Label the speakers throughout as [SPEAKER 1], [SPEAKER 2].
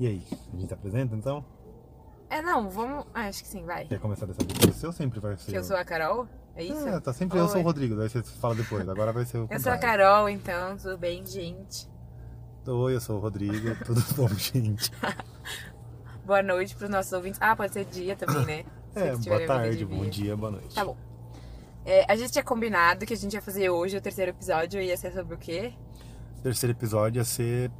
[SPEAKER 1] E aí, a gente se apresenta então?
[SPEAKER 2] É, não, vamos. Ah, acho que sim, vai.
[SPEAKER 1] Quer começar dessa vez? Você ou sempre vai ser
[SPEAKER 2] Que eu sou a Carol? É isso?
[SPEAKER 1] É, tá sempre eu
[SPEAKER 2] Oi.
[SPEAKER 1] sou o Rodrigo, daí você fala depois. Agora vai ser o
[SPEAKER 2] Eu sou a
[SPEAKER 1] contrário.
[SPEAKER 2] Carol, então, tudo bem, gente?
[SPEAKER 1] Oi, eu sou o Rodrigo, tudo bom, gente?
[SPEAKER 2] Boa noite pros nossos ouvintes. Ah, pode ser dia também, né? Se
[SPEAKER 1] É, boa
[SPEAKER 2] eles tiverem vida de
[SPEAKER 1] tarde, bom dia, boa noite.
[SPEAKER 2] Tá bom. É, a gente tinha combinado que a gente ia fazer hoje o terceiro episódio e ia ser sobre o quê?
[SPEAKER 1] Terceiro episódio ia ser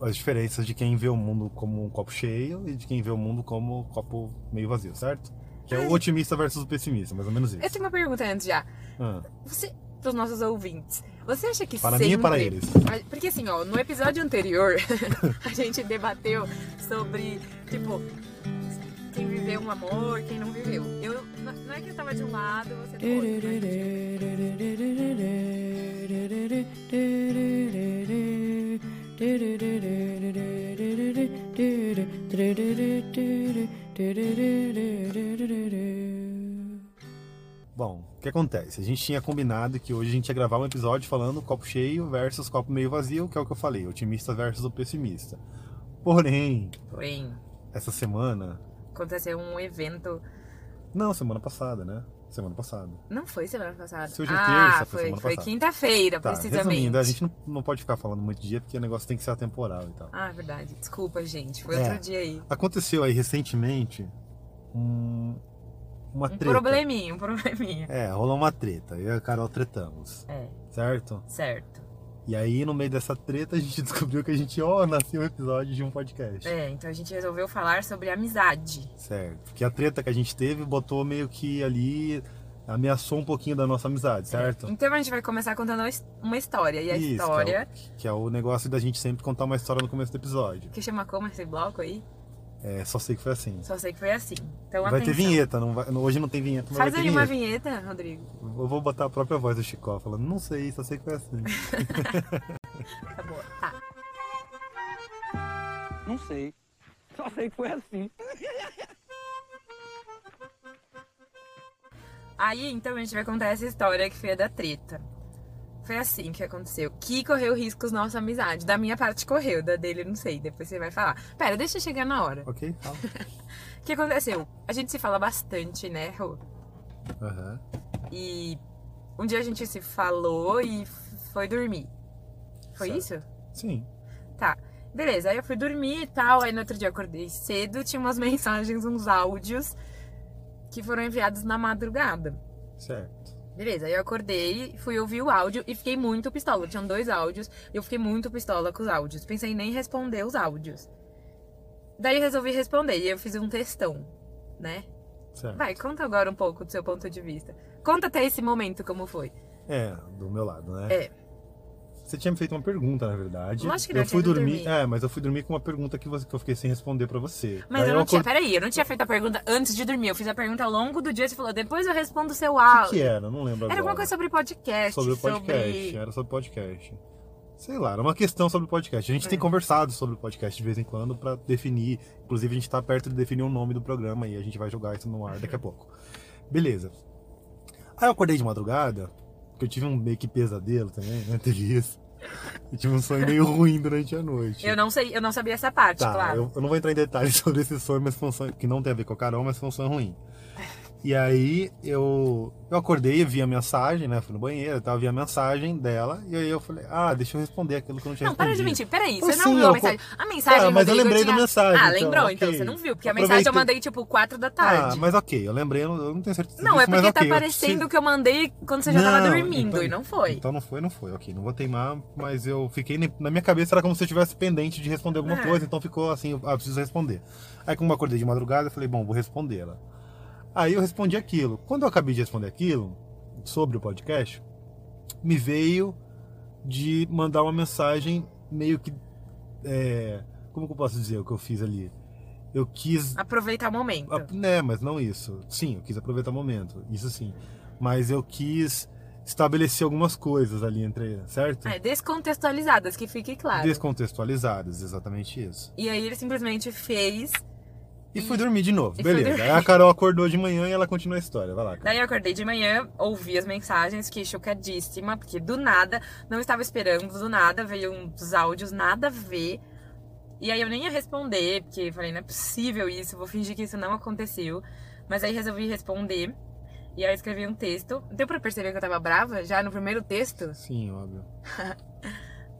[SPEAKER 1] as diferenças de quem vê o mundo como um copo cheio e de quem vê o mundo como um copo meio vazio, certo? Que
[SPEAKER 2] Ah.
[SPEAKER 1] é o otimista versus o pessimista, mais ou menos isso.
[SPEAKER 2] Eu tenho uma pergunta antes já.
[SPEAKER 1] Ah,
[SPEAKER 2] Você, pros nossos ouvintes, você acha que
[SPEAKER 1] para
[SPEAKER 2] sempre...
[SPEAKER 1] mim e para eles.
[SPEAKER 2] Mas- Porque assim, ó, no episódio anterior a gente debateu sobre, tipo, quem viveu um amor, quem não viveu. Eu, não é que eu tava de um lado, você do outro. né?
[SPEAKER 1] Bom, o que acontece? A gente tinha combinado que hoje a gente ia gravar um episódio falando copo cheio versus copo meio vazio, que é o que eu falei, otimista versus o pessimista. Porém,
[SPEAKER 2] Porém,
[SPEAKER 1] essa semana.
[SPEAKER 2] aconteceu um evento.
[SPEAKER 1] Não, semana passada, né? Semana passada.
[SPEAKER 2] Não foi semana passada.
[SPEAKER 1] Se hoje é terça,
[SPEAKER 2] ah,
[SPEAKER 1] foi
[SPEAKER 2] foi,
[SPEAKER 1] semana
[SPEAKER 2] foi
[SPEAKER 1] passada.
[SPEAKER 2] quinta-feira,
[SPEAKER 1] Tá,
[SPEAKER 2] precisamente.
[SPEAKER 1] resumindo, a gente não, não pode ficar falando muito dia porque o negócio tem que ser atemporal e tal.
[SPEAKER 2] Ah, verdade. Desculpa, gente. Foi
[SPEAKER 1] É.
[SPEAKER 2] outro dia aí.
[SPEAKER 1] Aconteceu aí recentemente um, uma
[SPEAKER 2] Um
[SPEAKER 1] treta.
[SPEAKER 2] probleminha, um probleminha.
[SPEAKER 1] É, rolou uma treta. Eu e a Carol tretamos,
[SPEAKER 2] É,
[SPEAKER 1] certo?
[SPEAKER 2] certo.
[SPEAKER 1] E aí, no meio dessa treta, a gente descobriu que a gente, ó, nasceu um episódio de um podcast.
[SPEAKER 2] É, então a gente resolveu falar sobre amizade.
[SPEAKER 1] Certo. Porque a treta que a gente teve botou meio que ali. ameaçou um pouquinho da nossa amizade, certo?
[SPEAKER 2] Então a gente vai começar contando uma his- uma história. E a
[SPEAKER 1] Isso,
[SPEAKER 2] história,
[SPEAKER 1] Que é, o, que é o negócio da gente sempre contar uma história no começo do episódio.
[SPEAKER 2] que chama como esse bloco aí,
[SPEAKER 1] É, só sei que foi assim.
[SPEAKER 2] só sei que foi assim. Então
[SPEAKER 1] vai ter
[SPEAKER 2] atenção.
[SPEAKER 1] vinheta, não vai- hoje não tem vinheta, mas
[SPEAKER 2] Faz
[SPEAKER 1] vai
[SPEAKER 2] aí
[SPEAKER 1] ter
[SPEAKER 2] uma
[SPEAKER 1] vinheta.
[SPEAKER 2] vinheta, Rodrigo.
[SPEAKER 1] Eu vou botar a própria voz do Chicó falando, não sei, só sei que foi assim.
[SPEAKER 2] Tá boa. Tá.
[SPEAKER 3] Não sei. Só sei que foi assim.
[SPEAKER 2] Aí então a gente vai contar essa história que foi a da treta. Foi assim que aconteceu. Que correu riscos nossa amizade. Da minha parte correu, da dele eu não sei. Depois você vai falar. Pera, deixa eu chegar na hora.
[SPEAKER 1] ok? Tá.
[SPEAKER 2] O que aconteceu? A gente se fala bastante, né, Rô?
[SPEAKER 1] Aham.
[SPEAKER 2] E um dia a gente se falou e f- foi dormir. Foi
[SPEAKER 1] Certo.
[SPEAKER 2] isso?
[SPEAKER 1] Sim.
[SPEAKER 2] Tá, Beleza, aí eu fui dormir e tal. Aí no outro dia eu acordei cedo, tinha umas mensagens, uns áudios que foram enviados na madrugada.
[SPEAKER 1] Certo.
[SPEAKER 2] Beleza, aí eu acordei, fui ouvir o áudio e fiquei muito pistola. Tinham dois áudios e eu fiquei muito pistola com os áudios. Pensei em nem responder os áudios. Daí eu resolvi responder e eu fiz um textão, né?
[SPEAKER 1] Certo.
[SPEAKER 2] Vai, conta agora um pouco do seu ponto de vista. Conta até esse momento como foi.
[SPEAKER 1] É, do meu lado, né?
[SPEAKER 2] É.
[SPEAKER 1] Você tinha me feito uma pergunta, na verdade.
[SPEAKER 2] Lógico que não,
[SPEAKER 1] eu
[SPEAKER 2] eu
[SPEAKER 1] fui
[SPEAKER 2] tinha ido
[SPEAKER 1] dormir.
[SPEAKER 2] dormir.
[SPEAKER 1] É, mas eu fui dormir com uma pergunta que, você, que eu fiquei sem responder pra você.
[SPEAKER 2] Mas
[SPEAKER 1] Daí
[SPEAKER 2] eu não tinha,
[SPEAKER 1] acordei-
[SPEAKER 2] peraí, eu não tinha feito a pergunta antes de dormir. Eu fiz a pergunta ao longo do dia e você falou, depois eu respondo o seu
[SPEAKER 1] O
[SPEAKER 2] áudio.
[SPEAKER 1] que, é que era? Eu Não lembro
[SPEAKER 2] Ah, Era alguma
[SPEAKER 1] agora.
[SPEAKER 2] coisa sobre podcast.
[SPEAKER 1] sobre o podcast. é. Era sobre podcast. Sei lá, era uma questão sobre o podcast. A gente tem
[SPEAKER 2] É.
[SPEAKER 1] conversado sobre o podcast de vez em quando pra definir. Inclusive, a gente tá perto de definir o nome do programa e a gente vai jogar isso no ar
[SPEAKER 2] Uhum.
[SPEAKER 1] daqui a pouco. Beleza. Aí eu acordei de madrugada, porque eu tive um meio que pesadelo também, né? Teve isso. Eu tive um sonho meio ruim durante a noite.
[SPEAKER 2] Eu não sei, eu não sabia essa parte,
[SPEAKER 1] Tá,
[SPEAKER 2] claro.
[SPEAKER 1] eu, eu não vou entrar em detalhes sobre esse sonho, mas foi um sonho que não tem a ver com a Carol, mas foi um sonho ruim. E aí eu, eu acordei, vi a mensagem, né? Fui no banheiro e tal, vi a mensagem dela, e aí eu falei, ah, deixa eu responder aquilo que eu não tinha
[SPEAKER 2] Não, para de
[SPEAKER 1] respondido.
[SPEAKER 2] mentir. Peraí,
[SPEAKER 1] Pois
[SPEAKER 2] você não
[SPEAKER 1] sim,
[SPEAKER 2] viu
[SPEAKER 1] eu
[SPEAKER 2] a mensagem. A mensagem.
[SPEAKER 1] Ah, mas eu
[SPEAKER 2] Rodrigo,
[SPEAKER 1] lembrei da
[SPEAKER 2] tinha...
[SPEAKER 1] mensagem,
[SPEAKER 2] Ah,
[SPEAKER 1] então,
[SPEAKER 2] lembrou,
[SPEAKER 1] ok.
[SPEAKER 2] então você não viu, porque a
[SPEAKER 1] Aproveitei.
[SPEAKER 2] mensagem eu mandei tipo 4 da
[SPEAKER 1] Ah,
[SPEAKER 2] tarde.
[SPEAKER 1] mas ok, eu lembrei, eu eu não tenho certeza.
[SPEAKER 2] Não, é
[SPEAKER 1] disso, mas
[SPEAKER 2] porque tá
[SPEAKER 1] ok, eu-
[SPEAKER 2] parecendo que eu mandei quando você já
[SPEAKER 1] Não,
[SPEAKER 2] tava dormindo,
[SPEAKER 1] então-
[SPEAKER 2] e não foi.
[SPEAKER 1] Então não foi, não foi, ok. Não vou teimar, mas eu fiquei. ne- Na minha cabeça era como se eu tivesse pendente de responder alguma
[SPEAKER 2] É.
[SPEAKER 1] coisa, então ficou assim, ah, preciso responder. Aí como eu acordei de madrugada, eu falei, bom, vou responder ela. Aí eu respondi aquilo. Quando eu acabei de responder aquilo, sobre o podcast, me veio de mandar uma mensagem meio que. é, como que eu posso dizer o que eu fiz ali? Eu quis
[SPEAKER 2] Aproveitar o momento.
[SPEAKER 1] a- Né, mas não isso. Sim, eu quis aproveitar o momento, isso sim. Mas eu quis estabelecer algumas coisas ali entre, certo?
[SPEAKER 2] É, descontextualizadas, que fique claro.
[SPEAKER 1] Descontextualizadas, exatamente isso.
[SPEAKER 2] E aí ele simplesmente fez.
[SPEAKER 1] E fui dormir de novo,
[SPEAKER 2] E fui
[SPEAKER 1] beleza.
[SPEAKER 2] dormir.
[SPEAKER 1] Aí a Carol acordou de manhã e ela continua a história, vai lá. Carol.
[SPEAKER 2] Daí eu acordei de manhã, ouvi as mensagens, fiquei chocadíssima, porque do nada, não estava esperando, do nada, veio uns áudios, nada a ver. E aí eu nem ia responder, porque falei, não é possível isso, vou fingir que isso não aconteceu. Mas aí resolvi responder. E aí eu escrevi um texto. Deu pra perceber que eu tava brava já no primeiro texto?
[SPEAKER 1] Sim, óbvio.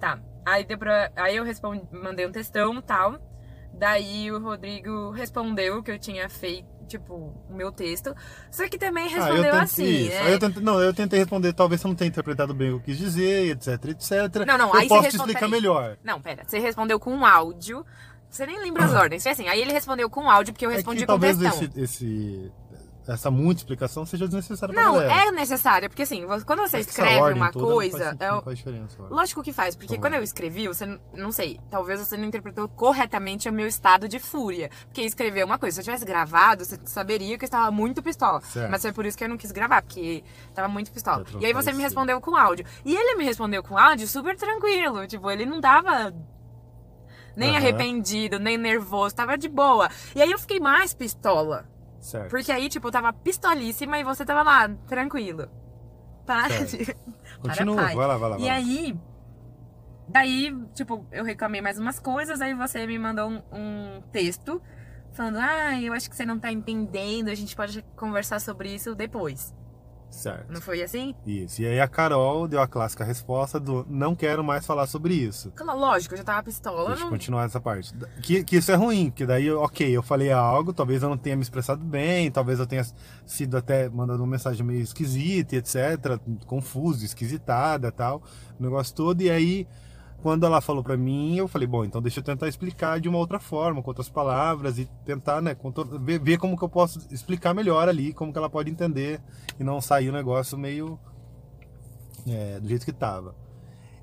[SPEAKER 2] Tá. Aí deu pra. Aí eu respondi, mandei um textão tal. Daí o Rodrigo respondeu que eu tinha feito, tipo, o meu texto. Só que também
[SPEAKER 1] Ah, eu
[SPEAKER 2] respondeu
[SPEAKER 1] tentei,
[SPEAKER 2] assim,
[SPEAKER 1] isso.
[SPEAKER 2] né?
[SPEAKER 1] Aí eu tentei- não, eu tentei responder, talvez você não tenha interpretado bem o que eu quis dizer, etc, etc.
[SPEAKER 2] Não, não,
[SPEAKER 1] eu
[SPEAKER 2] aí você
[SPEAKER 1] posso te
[SPEAKER 2] responde-
[SPEAKER 1] explicar
[SPEAKER 2] peraí.
[SPEAKER 1] melhor.
[SPEAKER 2] Não, pera. Você respondeu com um áudio. Você nem lembra as ordens. Foi assim, aí ele respondeu com áudio porque eu respondi
[SPEAKER 1] é que
[SPEAKER 2] com
[SPEAKER 1] talvez
[SPEAKER 2] textão.
[SPEAKER 1] esse, esse- essa muita explicação seja desnecessária pra
[SPEAKER 2] Não,
[SPEAKER 1] galera.
[SPEAKER 2] é necessário, porque assim, vo- quando você
[SPEAKER 1] É Essa
[SPEAKER 2] escreve
[SPEAKER 1] ordem
[SPEAKER 2] uma
[SPEAKER 1] toda não faz
[SPEAKER 2] coisa,
[SPEAKER 1] sentido,
[SPEAKER 2] é
[SPEAKER 1] não
[SPEAKER 2] o-
[SPEAKER 1] faz diferença. olha.
[SPEAKER 2] lógico que faz, porque
[SPEAKER 1] Tá bom.
[SPEAKER 2] quando eu escrevi, você n- não sei, talvez você não interpretou corretamente o meu estado de fúria. Porque escrever é uma coisa, se eu tivesse gravado, você saberia que eu estava muito pistola.
[SPEAKER 1] Certo.
[SPEAKER 2] Mas foi por isso que eu não quis gravar, porque estava muito pistola.
[SPEAKER 1] Vai
[SPEAKER 2] E aí você me
[SPEAKER 1] transparecer.
[SPEAKER 2] respondeu com áudio. E ele me respondeu com áudio super tranquilo, tipo, ele não dava nem
[SPEAKER 1] Aham.
[SPEAKER 2] arrependido, nem nervoso, tava de boa. E aí eu fiquei mais pistola.
[SPEAKER 1] Certo.
[SPEAKER 2] Porque aí, tipo, eu tava pistolíssima e você tava lá, tranquilo. Para
[SPEAKER 1] Certo.
[SPEAKER 2] de...
[SPEAKER 1] Continua,
[SPEAKER 2] para, pai.
[SPEAKER 1] vai lá, vai lá. vai
[SPEAKER 2] E
[SPEAKER 1] lá.
[SPEAKER 2] aí. Daí, tipo, eu reclamei mais umas coisas, aí você me mandou um, um texto falando: Ah, eu acho que você não tá entendendo, a gente pode conversar sobre isso depois.
[SPEAKER 1] Certo.
[SPEAKER 2] Não foi assim?
[SPEAKER 1] Isso. E aí a Carol deu a clássica resposta do não quero mais falar sobre isso.
[SPEAKER 2] Cla- Lógico, eu já tava pistola.
[SPEAKER 1] Deixa eu
[SPEAKER 2] Não...
[SPEAKER 1] continuar essa parte. Que, que isso é ruim, que daí, ok, eu falei algo, talvez eu não tenha me expressado bem, talvez eu tenha sido até mandando uma mensagem meio esquisita, etc. Confuso, esquisitada tal, o negócio todo. E aí, quando ela falou pra mim, eu falei, bom, então deixa eu tentar explicar de uma outra forma, com outras palavras, e tentar, né, contor- ver, ver como que eu posso explicar melhor ali, como que ela pode entender e não sair o negócio meio é, do jeito que tava.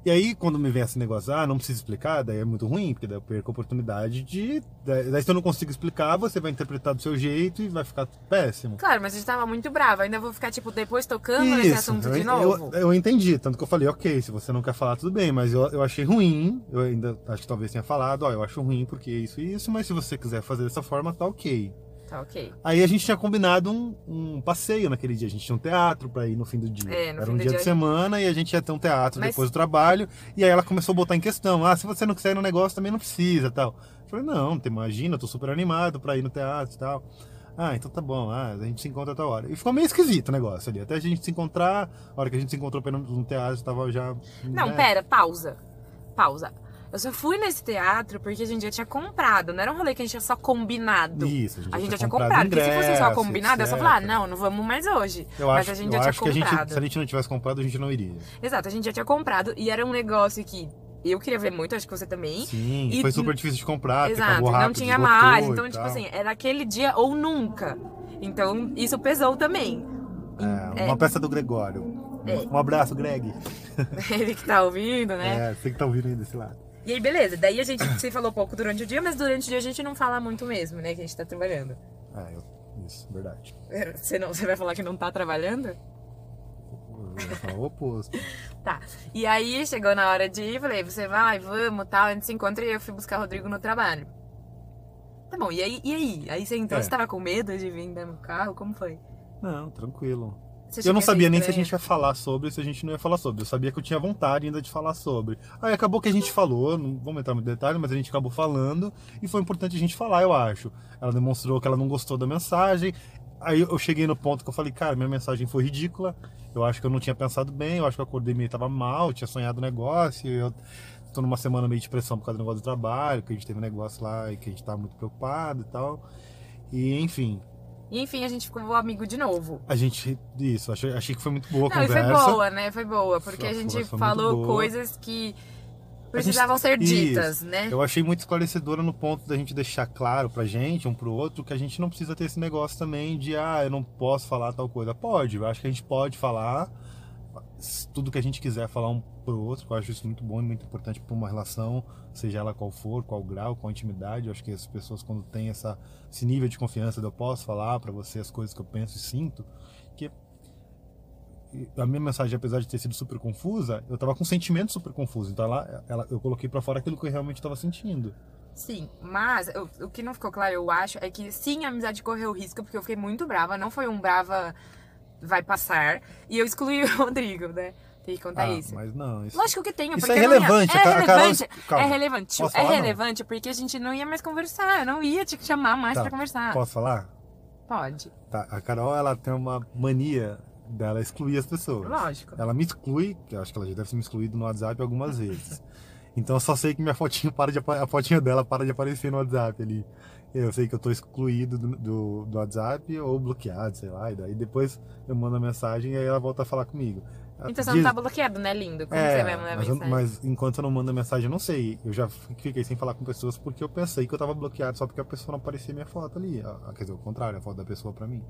[SPEAKER 1] E aí, quando me vem esse negócio, ah, não precisa explicar, daí é muito ruim, porque daí eu perco a oportunidade de. Daí, daí se eu não consigo explicar, você vai interpretar do seu jeito e vai ficar péssimo.
[SPEAKER 2] Claro, mas eu já tava muito brava, ainda vou ficar, tipo, depois tocando nesse assunto
[SPEAKER 1] eu,
[SPEAKER 2] de
[SPEAKER 1] eu-
[SPEAKER 2] novo.
[SPEAKER 1] Eu, entendi, tanto que eu falei, ok, se você não quer falar, tudo bem, mas eu, eu achei ruim, eu ainda acho que talvez tenha falado, ó, eu acho ruim porque isso e isso, mas se você quiser fazer dessa forma, tá ok.
[SPEAKER 2] Tá ok.
[SPEAKER 1] Aí a gente tinha combinado um, um passeio naquele dia. A gente tinha um teatro pra ir no fim do dia.
[SPEAKER 2] É, no
[SPEAKER 1] Era
[SPEAKER 2] fim
[SPEAKER 1] um
[SPEAKER 2] do
[SPEAKER 1] dia, de
[SPEAKER 2] dia a gente-
[SPEAKER 1] semana e a gente ia ter um teatro
[SPEAKER 2] Mas-
[SPEAKER 1] depois do trabalho. E aí ela começou a botar em questão: ah, se você não quiser ir no negócio, também não precisa tal. Eu falei: não, tu imagina, eu tô super animado pra ir no teatro e tal. Ah, então tá bom, ah, a gente se encontra a tal hora. E ficou meio esquisito o negócio ali. Até a gente se encontrar, a hora que a gente se encontrou pelo- no teatro, tava já.
[SPEAKER 2] Não,
[SPEAKER 1] né?
[SPEAKER 2] pera, pausa. Pausa. Eu só fui nesse teatro porque a gente já tinha comprado, não era um rolê que a gente tinha só combinado.
[SPEAKER 1] Isso,
[SPEAKER 2] A gente já tinha comprado, porque se fosse só
[SPEAKER 1] ingresso,
[SPEAKER 2] combinado, eu só
[SPEAKER 1] etc.
[SPEAKER 2] falar, ah, não, não vamos mais hoje.
[SPEAKER 1] Eu
[SPEAKER 2] mas
[SPEAKER 1] acho,
[SPEAKER 2] a gente
[SPEAKER 1] eu
[SPEAKER 2] já tinha
[SPEAKER 1] acho que a gente,
[SPEAKER 2] comprado.
[SPEAKER 1] se a gente não tivesse comprado, a gente não iria.
[SPEAKER 2] Exato, a gente já tinha comprado e era um negócio que eu queria ver muito, acho que você também.
[SPEAKER 1] Sim,
[SPEAKER 2] E-
[SPEAKER 1] foi super difícil de comprar, porque
[SPEAKER 2] Exato,
[SPEAKER 1] acabou rápido,
[SPEAKER 2] não tinha
[SPEAKER 1] esgotou
[SPEAKER 2] mais.
[SPEAKER 1] e
[SPEAKER 2] Então, tipo
[SPEAKER 1] tal.
[SPEAKER 2] assim, era aquele dia ou nunca. Então, isso pesou também.
[SPEAKER 1] É, uma peça do Gregório.
[SPEAKER 2] hum, É.
[SPEAKER 1] Um abraço, Greg.
[SPEAKER 2] Ele que tá ouvindo, né?
[SPEAKER 1] É, você que tá ouvindo aí desse lado.
[SPEAKER 2] E aí, beleza. Daí a gente se falou pouco durante o dia, mas durante o dia a gente não fala muito mesmo, né? Que a gente tá trabalhando.
[SPEAKER 1] É, eu- isso, verdade.
[SPEAKER 2] Você, não, você vai falar que não tá trabalhando?
[SPEAKER 1] Eu ia falar o oposto.
[SPEAKER 2] Tá. E aí chegou na hora de ir, falei, você vai, vamos, tal, a gente se encontra e eu fui buscar o Rodrigo no trabalho. Tá bom, e aí? E aí? Aí você entrou,
[SPEAKER 1] É.
[SPEAKER 2] você tava com medo de vir no carro? Como foi?
[SPEAKER 1] Não, tranquilo.
[SPEAKER 2] Você achou
[SPEAKER 1] Eu não
[SPEAKER 2] que ia ser
[SPEAKER 1] sabia nem se a
[SPEAKER 2] estranho?
[SPEAKER 1] gente ia falar sobre, se a gente não ia falar sobre. Eu sabia que eu tinha vontade ainda de falar sobre. Aí acabou que a gente falou, não vamos entrar muito em detalhe, mas a gente acabou falando e foi importante a gente falar, eu acho. Ela demonstrou que ela não gostou da mensagem. Aí eu cheguei no ponto que eu falei, cara, minha mensagem foi ridícula. Eu acho que eu não tinha pensado bem, eu acho que eu acordei meio tava mal, eu tinha sonhado o negócio, eu tô numa semana meio de pressão por causa do negócio do trabalho, que a gente teve um negócio lá e que a gente tava muito preocupado e tal. E enfim,
[SPEAKER 2] E enfim, a gente ficou amigo de novo.
[SPEAKER 1] a gente. Isso, achei, achei que foi muito boa a
[SPEAKER 2] não, e
[SPEAKER 1] conversa.
[SPEAKER 2] foi boa, né? Foi boa, porque
[SPEAKER 1] Foi-
[SPEAKER 2] a gente
[SPEAKER 1] foi muito
[SPEAKER 2] falou
[SPEAKER 1] boa.
[SPEAKER 2] coisas que precisavam ser
[SPEAKER 1] Isso.
[SPEAKER 2] ditas, né?
[SPEAKER 1] Eu achei muito esclarecedora no ponto da gente deixar claro pra gente, um pro outro, que a gente não precisa ter esse negócio também de, ah, eu não posso falar tal coisa. Pode, eu acho que a gente pode falar s- tudo que a gente quiser falar um pro outro, que eu acho isso muito bom e muito importante pra uma relação, seja ela qual for, qual grau, qual intimidade. Eu acho que as pessoas, quando têm essa, esse nível de confiança de eu posso falar pra você as coisas que eu penso e sinto, que e a minha mensagem, apesar de ter sido super confusa, eu tava com um sentimento super confuso. Então ela, ela- eu coloquei pra fora aquilo que eu realmente tava sentindo.
[SPEAKER 2] Sim, mas o- o que não ficou claro, eu acho, é que sim, a amizade correu risco, porque eu fiquei muito brava. Não foi um brava vai passar. E eu excluí o Rodrigo, né? Tem que contar
[SPEAKER 1] Ah,
[SPEAKER 2] isso.
[SPEAKER 1] Mas não, isso.
[SPEAKER 2] Lógico que tenho,
[SPEAKER 1] Isso
[SPEAKER 2] porque
[SPEAKER 1] é
[SPEAKER 2] eu não ia-
[SPEAKER 1] relevante,
[SPEAKER 2] É
[SPEAKER 1] a Ca- a Carol-
[SPEAKER 2] relevante.
[SPEAKER 1] calma.
[SPEAKER 2] É relevante.
[SPEAKER 1] Posso
[SPEAKER 2] é
[SPEAKER 1] falar, não?
[SPEAKER 2] relevante porque a gente não ia mais conversar. Eu não ia te chamar mais
[SPEAKER 1] Tá,
[SPEAKER 2] pra conversar.
[SPEAKER 1] Posso falar?
[SPEAKER 2] Pode.
[SPEAKER 1] Tá, a Carol, ela tem uma mania dela excluir as pessoas.
[SPEAKER 2] Lógico.
[SPEAKER 1] Ela me exclui, que eu acho que ela já deve ter me excluído no WhatsApp algumas vezes. Então eu só sei que minha fotinha para de, apa- a fotinha dela para de aparecer no WhatsApp ali. Eu sei que eu tô excluído do, do, do WhatsApp ou bloqueado, sei lá. E daí depois eu mando a mensagem e aí ela volta a falar comigo. Ela
[SPEAKER 2] Então você
[SPEAKER 1] diz-
[SPEAKER 2] não tá bloqueado, né, lindo? Como
[SPEAKER 1] É,
[SPEAKER 2] você vai mandar
[SPEAKER 1] mas, eu-
[SPEAKER 2] mensagem?
[SPEAKER 1] mas enquanto eu não mando a mensagem, eu não sei. Eu já f- fiquei sem falar com pessoas porque eu pensei que eu tava bloqueado só porque a pessoa não aparecia minha foto ali. Ah, Quer dizer, o contrário, a foto da pessoa pra mim.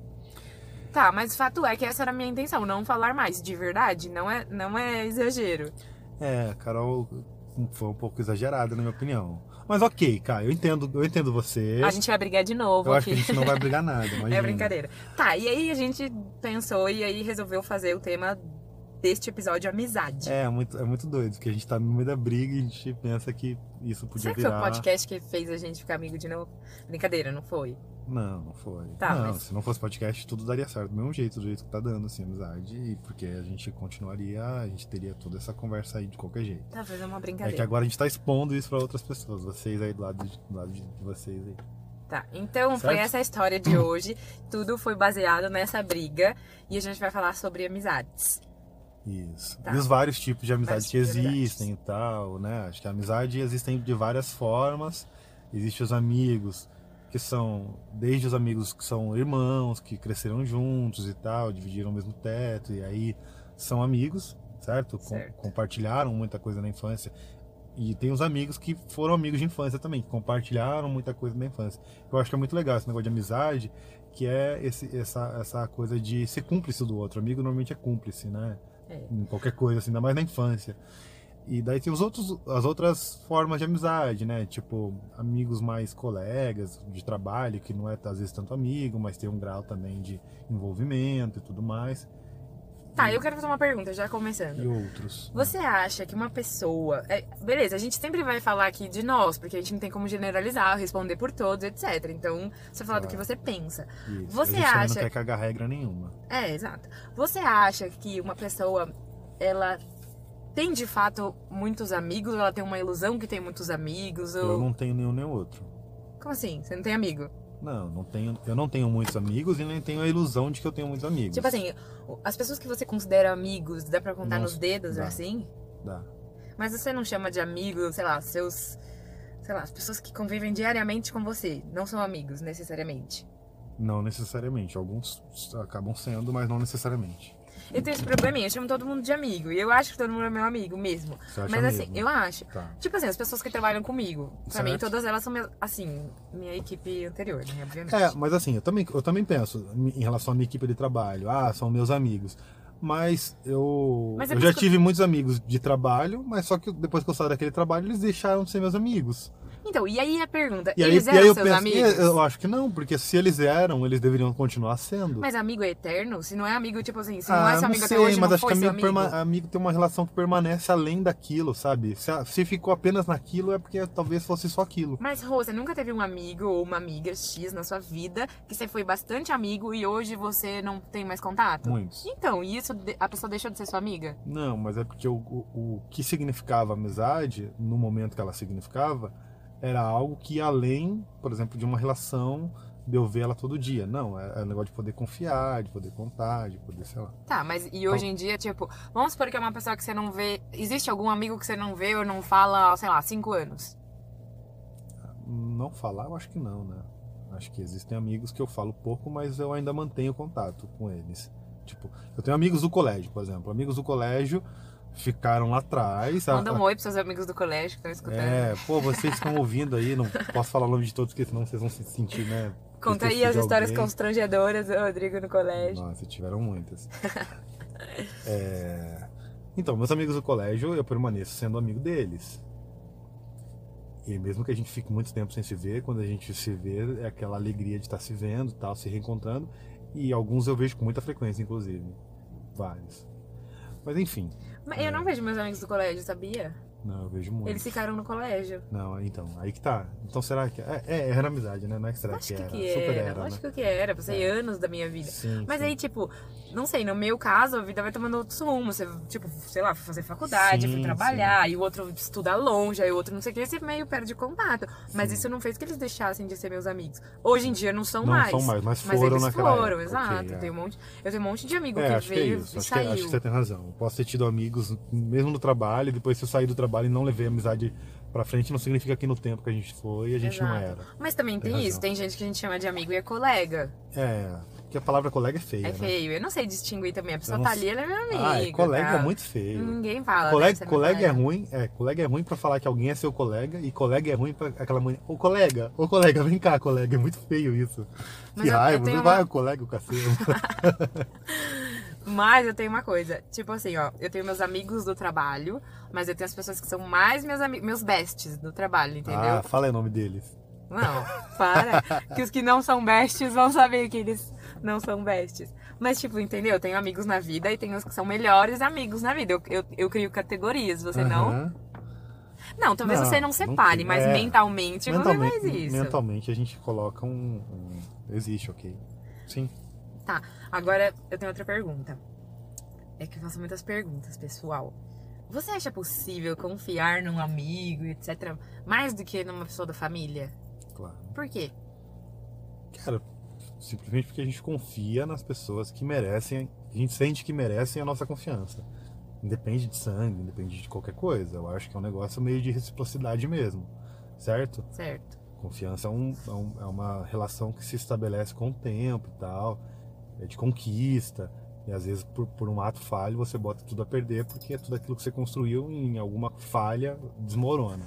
[SPEAKER 2] Tá, mas o fato é que essa era a minha intenção, não falar mais, de verdade. Não é, não é exagero.
[SPEAKER 1] É, a Carol foi um pouco exagerada, na minha opinião. Mas ok, cara, eu entendo, eu entendo você.
[SPEAKER 2] A gente vai brigar de novo
[SPEAKER 1] eu acho
[SPEAKER 2] aqui.
[SPEAKER 1] que a gente não vai brigar nada, imagina.
[SPEAKER 2] É brincadeira. Tá, e aí a gente pensou e aí resolveu fazer o tema deste episódio amizade.
[SPEAKER 1] É, muito, é muito doido, porque a gente tá no meio da briga e a gente pensa que isso podia
[SPEAKER 2] Será que
[SPEAKER 1] virar.
[SPEAKER 2] foi um o podcast que fez a gente ficar amigo de novo? Brincadeira, não foi?
[SPEAKER 1] Não, não foi.
[SPEAKER 2] Tá,
[SPEAKER 1] não,
[SPEAKER 2] mas-
[SPEAKER 1] se não fosse podcast, tudo daria certo. Do mesmo jeito, do jeito que tá dando, assim, amizade. E porque a gente continuaria, a gente teria toda essa conversa aí de qualquer jeito.
[SPEAKER 2] Tá, fazer
[SPEAKER 1] É
[SPEAKER 2] uma
[SPEAKER 1] que
[SPEAKER 2] brincadeira.
[SPEAKER 1] agora a gente tá expondo isso pra outras pessoas. Vocês aí do lado de, do lado de vocês aí.
[SPEAKER 2] Tá, então foi
[SPEAKER 1] Certo?
[SPEAKER 2] essa a história de hoje. Tudo foi baseado nessa briga e a gente vai falar sobre amizades.
[SPEAKER 1] Isso.
[SPEAKER 2] Tá.
[SPEAKER 1] E os vários tipos de amizade
[SPEAKER 2] Vários
[SPEAKER 1] que
[SPEAKER 2] tipos de amizades.
[SPEAKER 1] existem e tal, né? Acho que a amizade existem de várias formas. Existem os amigos, que são, desde os amigos que são irmãos, que cresceram juntos e tal, dividiram o mesmo teto, e aí são amigos, certo? Com-
[SPEAKER 2] Certo.
[SPEAKER 1] compartilharam muita coisa na infância. E tem os amigos que foram amigos de infância também, que compartilharam muita coisa na infância. Eu acho que é muito legal esse negócio de amizade, que é esse, essa, essa coisa de ser cúmplice do outro. Amigo normalmente é cúmplice, né?
[SPEAKER 2] É.
[SPEAKER 1] Em qualquer coisa, assim, ainda mais na infância. E daí tem os outros, as outras formas de amizade, né? Tipo, amigos mais colegas de trabalho, que não é às vezes tanto amigo, mas tem um grau também de envolvimento e tudo mais. Hum.
[SPEAKER 2] Tá, eu quero fazer uma pergunta, já começando.
[SPEAKER 1] E outros.
[SPEAKER 2] Uhum. Você acha que uma pessoa. é, beleza, a gente sempre vai falar aqui de nós, porque a gente não tem como generalizar, responder por todos, etc. Então, você fala do
[SPEAKER 1] Claro.
[SPEAKER 2] que você pensa.
[SPEAKER 1] Isso.
[SPEAKER 2] Você
[SPEAKER 1] a gente também
[SPEAKER 2] acha-
[SPEAKER 1] Não quer cagar regra nenhuma.
[SPEAKER 2] É, exato. Você acha que uma pessoa, ela tem de fato muitos amigos? Ela tem uma ilusão que tem muitos amigos? Ou...
[SPEAKER 1] Eu não tenho nenhum nem outro.
[SPEAKER 2] Como assim? Você não tem amigo?
[SPEAKER 1] Não, não tenho, eu não tenho muitos amigos e nem tenho a ilusão de que eu tenho muitos amigos.
[SPEAKER 2] Tipo assim, as pessoas que você considera amigos, dá pra contar
[SPEAKER 1] Nossa,
[SPEAKER 2] nos dedos,
[SPEAKER 1] dá.
[SPEAKER 2] assim?
[SPEAKER 1] Dá.
[SPEAKER 2] Mas você não chama de amigo, sei lá, seus. Sei lá, as pessoas que convivem diariamente com você. Não são amigos, necessariamente.
[SPEAKER 1] Não necessariamente. Alguns acabam sendo, mas não necessariamente.
[SPEAKER 2] Eu tenho esse probleminha, eu chamo todo mundo de amigo. E eu acho que todo mundo é meu amigo mesmo.
[SPEAKER 1] Você acha
[SPEAKER 2] Mas assim,
[SPEAKER 1] mesmo?
[SPEAKER 2] eu acho.
[SPEAKER 1] Tá.
[SPEAKER 2] Tipo assim, as pessoas que trabalham comigo, pra mim,
[SPEAKER 1] Certo.
[SPEAKER 2] todas elas são, minhas- assim, minha equipe anterior, né, obviamente.
[SPEAKER 1] É, mas assim, eu também, eu também penso em relação à minha equipe de trabalho. Ah, são meus amigos. Mas eu,
[SPEAKER 2] Mas é
[SPEAKER 1] eu
[SPEAKER 2] por
[SPEAKER 1] já
[SPEAKER 2] isso que-
[SPEAKER 1] tive muitos amigos de trabalho, mas só que depois que eu saí daquele trabalho, eles deixaram de ser meus amigos.
[SPEAKER 2] Então, e aí a pergunta,
[SPEAKER 1] E aí,
[SPEAKER 2] eles
[SPEAKER 1] e
[SPEAKER 2] eram
[SPEAKER 1] aí eu
[SPEAKER 2] seus
[SPEAKER 1] penso,
[SPEAKER 2] amigos?
[SPEAKER 1] "Eh, eu acho que não, porque se eles eram, eles deveriam continuar sendo.
[SPEAKER 2] Mas amigo é eterno? Se não é amigo, tipo assim, se não é
[SPEAKER 1] Ah,
[SPEAKER 2] seu amigo
[SPEAKER 1] sei,
[SPEAKER 2] até hoje,
[SPEAKER 1] mas
[SPEAKER 2] não
[SPEAKER 1] acho
[SPEAKER 2] foi
[SPEAKER 1] que
[SPEAKER 2] seu
[SPEAKER 1] amigo,
[SPEAKER 2] amigo.
[SPEAKER 1] perma- amigo tem uma relação que permanece além daquilo, sabe? Se, a- se ficou apenas naquilo é porque talvez fosse só aquilo.
[SPEAKER 2] Mas, Rô, você nunca teve um amigo ou uma amiga X na sua vida que você foi bastante amigo e hoje você não tem mais contato?
[SPEAKER 1] Muitos.
[SPEAKER 2] Então, e isso de- a pessoa deixou de ser sua amiga?
[SPEAKER 1] Não, mas é porque o, o, o que significava amizade, no momento que ela significava, era algo que ia além, por exemplo, de uma relação de eu ver ela todo dia. Não, é, é um negócio de poder confiar, de poder contar, de poder, sei lá.
[SPEAKER 2] Tá, mas e hoje em dia, tipo, vamos supor que é uma pessoa que você não vê. Existe algum amigo que você não vê ou não fala, sei lá, cinco anos?
[SPEAKER 1] Não falar, eu acho que não, né? Acho que existem amigos que eu falo pouco, mas eu ainda mantenho contato com eles. Tipo, eu tenho amigos do colégio, por exemplo. Amigos do colégio ficaram lá atrás. a-
[SPEAKER 2] Manda
[SPEAKER 1] a-
[SPEAKER 2] um tá? oi pros seus amigos do colégio que estão escutando.
[SPEAKER 1] Tá, É, pô, vocês estão ouvindo aí, não posso falar o nome de todos, porque senão vocês vão se sentir, né?
[SPEAKER 2] Conta aí
[SPEAKER 1] esqueci
[SPEAKER 2] as
[SPEAKER 1] de
[SPEAKER 2] histórias
[SPEAKER 1] alguém.
[SPEAKER 2] constrangedoras do Rodrigo no colégio.
[SPEAKER 1] Nossa, tiveram muitas. É, Então, meus amigos do colégio, eu permaneço sendo amigo deles. E mesmo que a gente fique muito tempo sem se ver, quando a gente se vê, é aquela alegria de estar se vendo, tal, se reencontrando. E alguns eu vejo com muita frequência, inclusive. Vários. Mas enfim, é.
[SPEAKER 2] Mas eu não vejo meus amigos do colégio, sabia?
[SPEAKER 1] Não, eu vejo muito.
[SPEAKER 2] Eles ficaram no colégio.
[SPEAKER 1] Não, então, aí que tá. Então será que. É, é, era amizade, né? Não é que será que
[SPEAKER 2] Lógico
[SPEAKER 1] era.
[SPEAKER 2] que
[SPEAKER 1] Super
[SPEAKER 2] era,
[SPEAKER 1] era. né?
[SPEAKER 2] lógico que era. Passei anos da minha vida.
[SPEAKER 1] Sim,
[SPEAKER 2] Mas
[SPEAKER 1] sim.
[SPEAKER 2] aí, tipo, não sei, no meu caso, a vida vai tomando outros rumos. Você, tipo, sei lá, fui fazer faculdade,
[SPEAKER 1] Sim,
[SPEAKER 2] fui trabalhar, aí o outro estuda longe, aí o outro não sei o que, você meio perde contato. Mas isso não fez que eles deixassem de ser meus amigos. Hoje em dia não são
[SPEAKER 1] Não
[SPEAKER 2] mais.
[SPEAKER 1] são mais, mas foram
[SPEAKER 2] eles
[SPEAKER 1] naquela
[SPEAKER 2] foram,
[SPEAKER 1] época,
[SPEAKER 2] exato.
[SPEAKER 1] ok, é.
[SPEAKER 2] Eu tenho um monte, eu tenho um monte de amigo
[SPEAKER 1] É,
[SPEAKER 2] que
[SPEAKER 1] acho que é
[SPEAKER 2] veio
[SPEAKER 1] isso.
[SPEAKER 2] e
[SPEAKER 1] Acho que,
[SPEAKER 2] saiu.
[SPEAKER 1] acho que você tem razão. Eu posso ter tido amigos mesmo no trabalho, e depois se eu sair do trabalho e não levei a amizade pra frente, não significa que no tempo que a gente foi, a gente não
[SPEAKER 2] Exato.
[SPEAKER 1] era.
[SPEAKER 2] Mas também
[SPEAKER 1] Tem
[SPEAKER 2] tem,
[SPEAKER 1] razão.
[SPEAKER 2] isso, tem gente que a gente chama de amigo e é colega.
[SPEAKER 1] É, porque a palavra colega é feia.
[SPEAKER 2] É
[SPEAKER 1] né?
[SPEAKER 2] feio. Eu não sei distinguir também. A pessoa
[SPEAKER 1] não
[SPEAKER 2] tá
[SPEAKER 1] sei.
[SPEAKER 2] ali, ela é minha amiga.
[SPEAKER 1] Ah, é colega
[SPEAKER 2] tá?
[SPEAKER 1] é muito feio.
[SPEAKER 2] Ninguém fala. né, que
[SPEAKER 1] Colega,
[SPEAKER 2] você é meu
[SPEAKER 1] colega é ruim, é, colega é ruim pra falar que alguém é seu colega e colega é ruim pra aquela mulher. Ô colega, ô colega, vem cá, colega, é muito feio isso.
[SPEAKER 2] Mas
[SPEAKER 1] que
[SPEAKER 2] eu- eu
[SPEAKER 1] raiva,
[SPEAKER 2] tenho
[SPEAKER 1] não
[SPEAKER 2] uma-
[SPEAKER 1] vai, o colega, o cacete.
[SPEAKER 2] Mas eu tenho uma coisa, tipo assim, ó, eu tenho meus amigos do trabalho, mas eu tenho as pessoas que são mais meus amigos, meus bestes do trabalho, entendeu?
[SPEAKER 1] ah, fala aí o nome deles.
[SPEAKER 2] Não, para. que os que não são bestes vão saber que eles não são bestes. Mas, tipo, entendeu? Eu tenho amigos na vida e tenho os que são melhores amigos na vida. Eu, eu, eu crio categorias, você não.
[SPEAKER 1] Aham.
[SPEAKER 2] Não, talvez
[SPEAKER 1] Não,
[SPEAKER 2] você não
[SPEAKER 1] não
[SPEAKER 2] separe,
[SPEAKER 1] crio.
[SPEAKER 2] mas
[SPEAKER 1] É. Mentalmente,
[SPEAKER 2] mentalmente, Tipo, não faz isso.
[SPEAKER 1] mentalmente a gente coloca um, um- Existe, ok. Sim.
[SPEAKER 2] Tá, agora eu tenho outra pergunta. É que eu faço muitas perguntas, pessoal. Você acha possível confiar num amigo, etc., mais do que numa pessoa da família?
[SPEAKER 1] Claro.
[SPEAKER 2] Por quê?
[SPEAKER 1] Cara, simplesmente porque a gente confia nas pessoas que merecem, a gente sente que merecem a nossa confiança. Independe de sangue, independe de qualquer coisa. Eu acho que é um negócio meio de reciprocidade mesmo, certo?
[SPEAKER 2] Certo.
[SPEAKER 1] Confiança é, um- é um- é uma relação que se estabelece com o tempo e tal, é de conquista. E às vezes, por, por um ato falho, você bota tudo a perder porque é tudo aquilo que você construiu em alguma falha desmorona.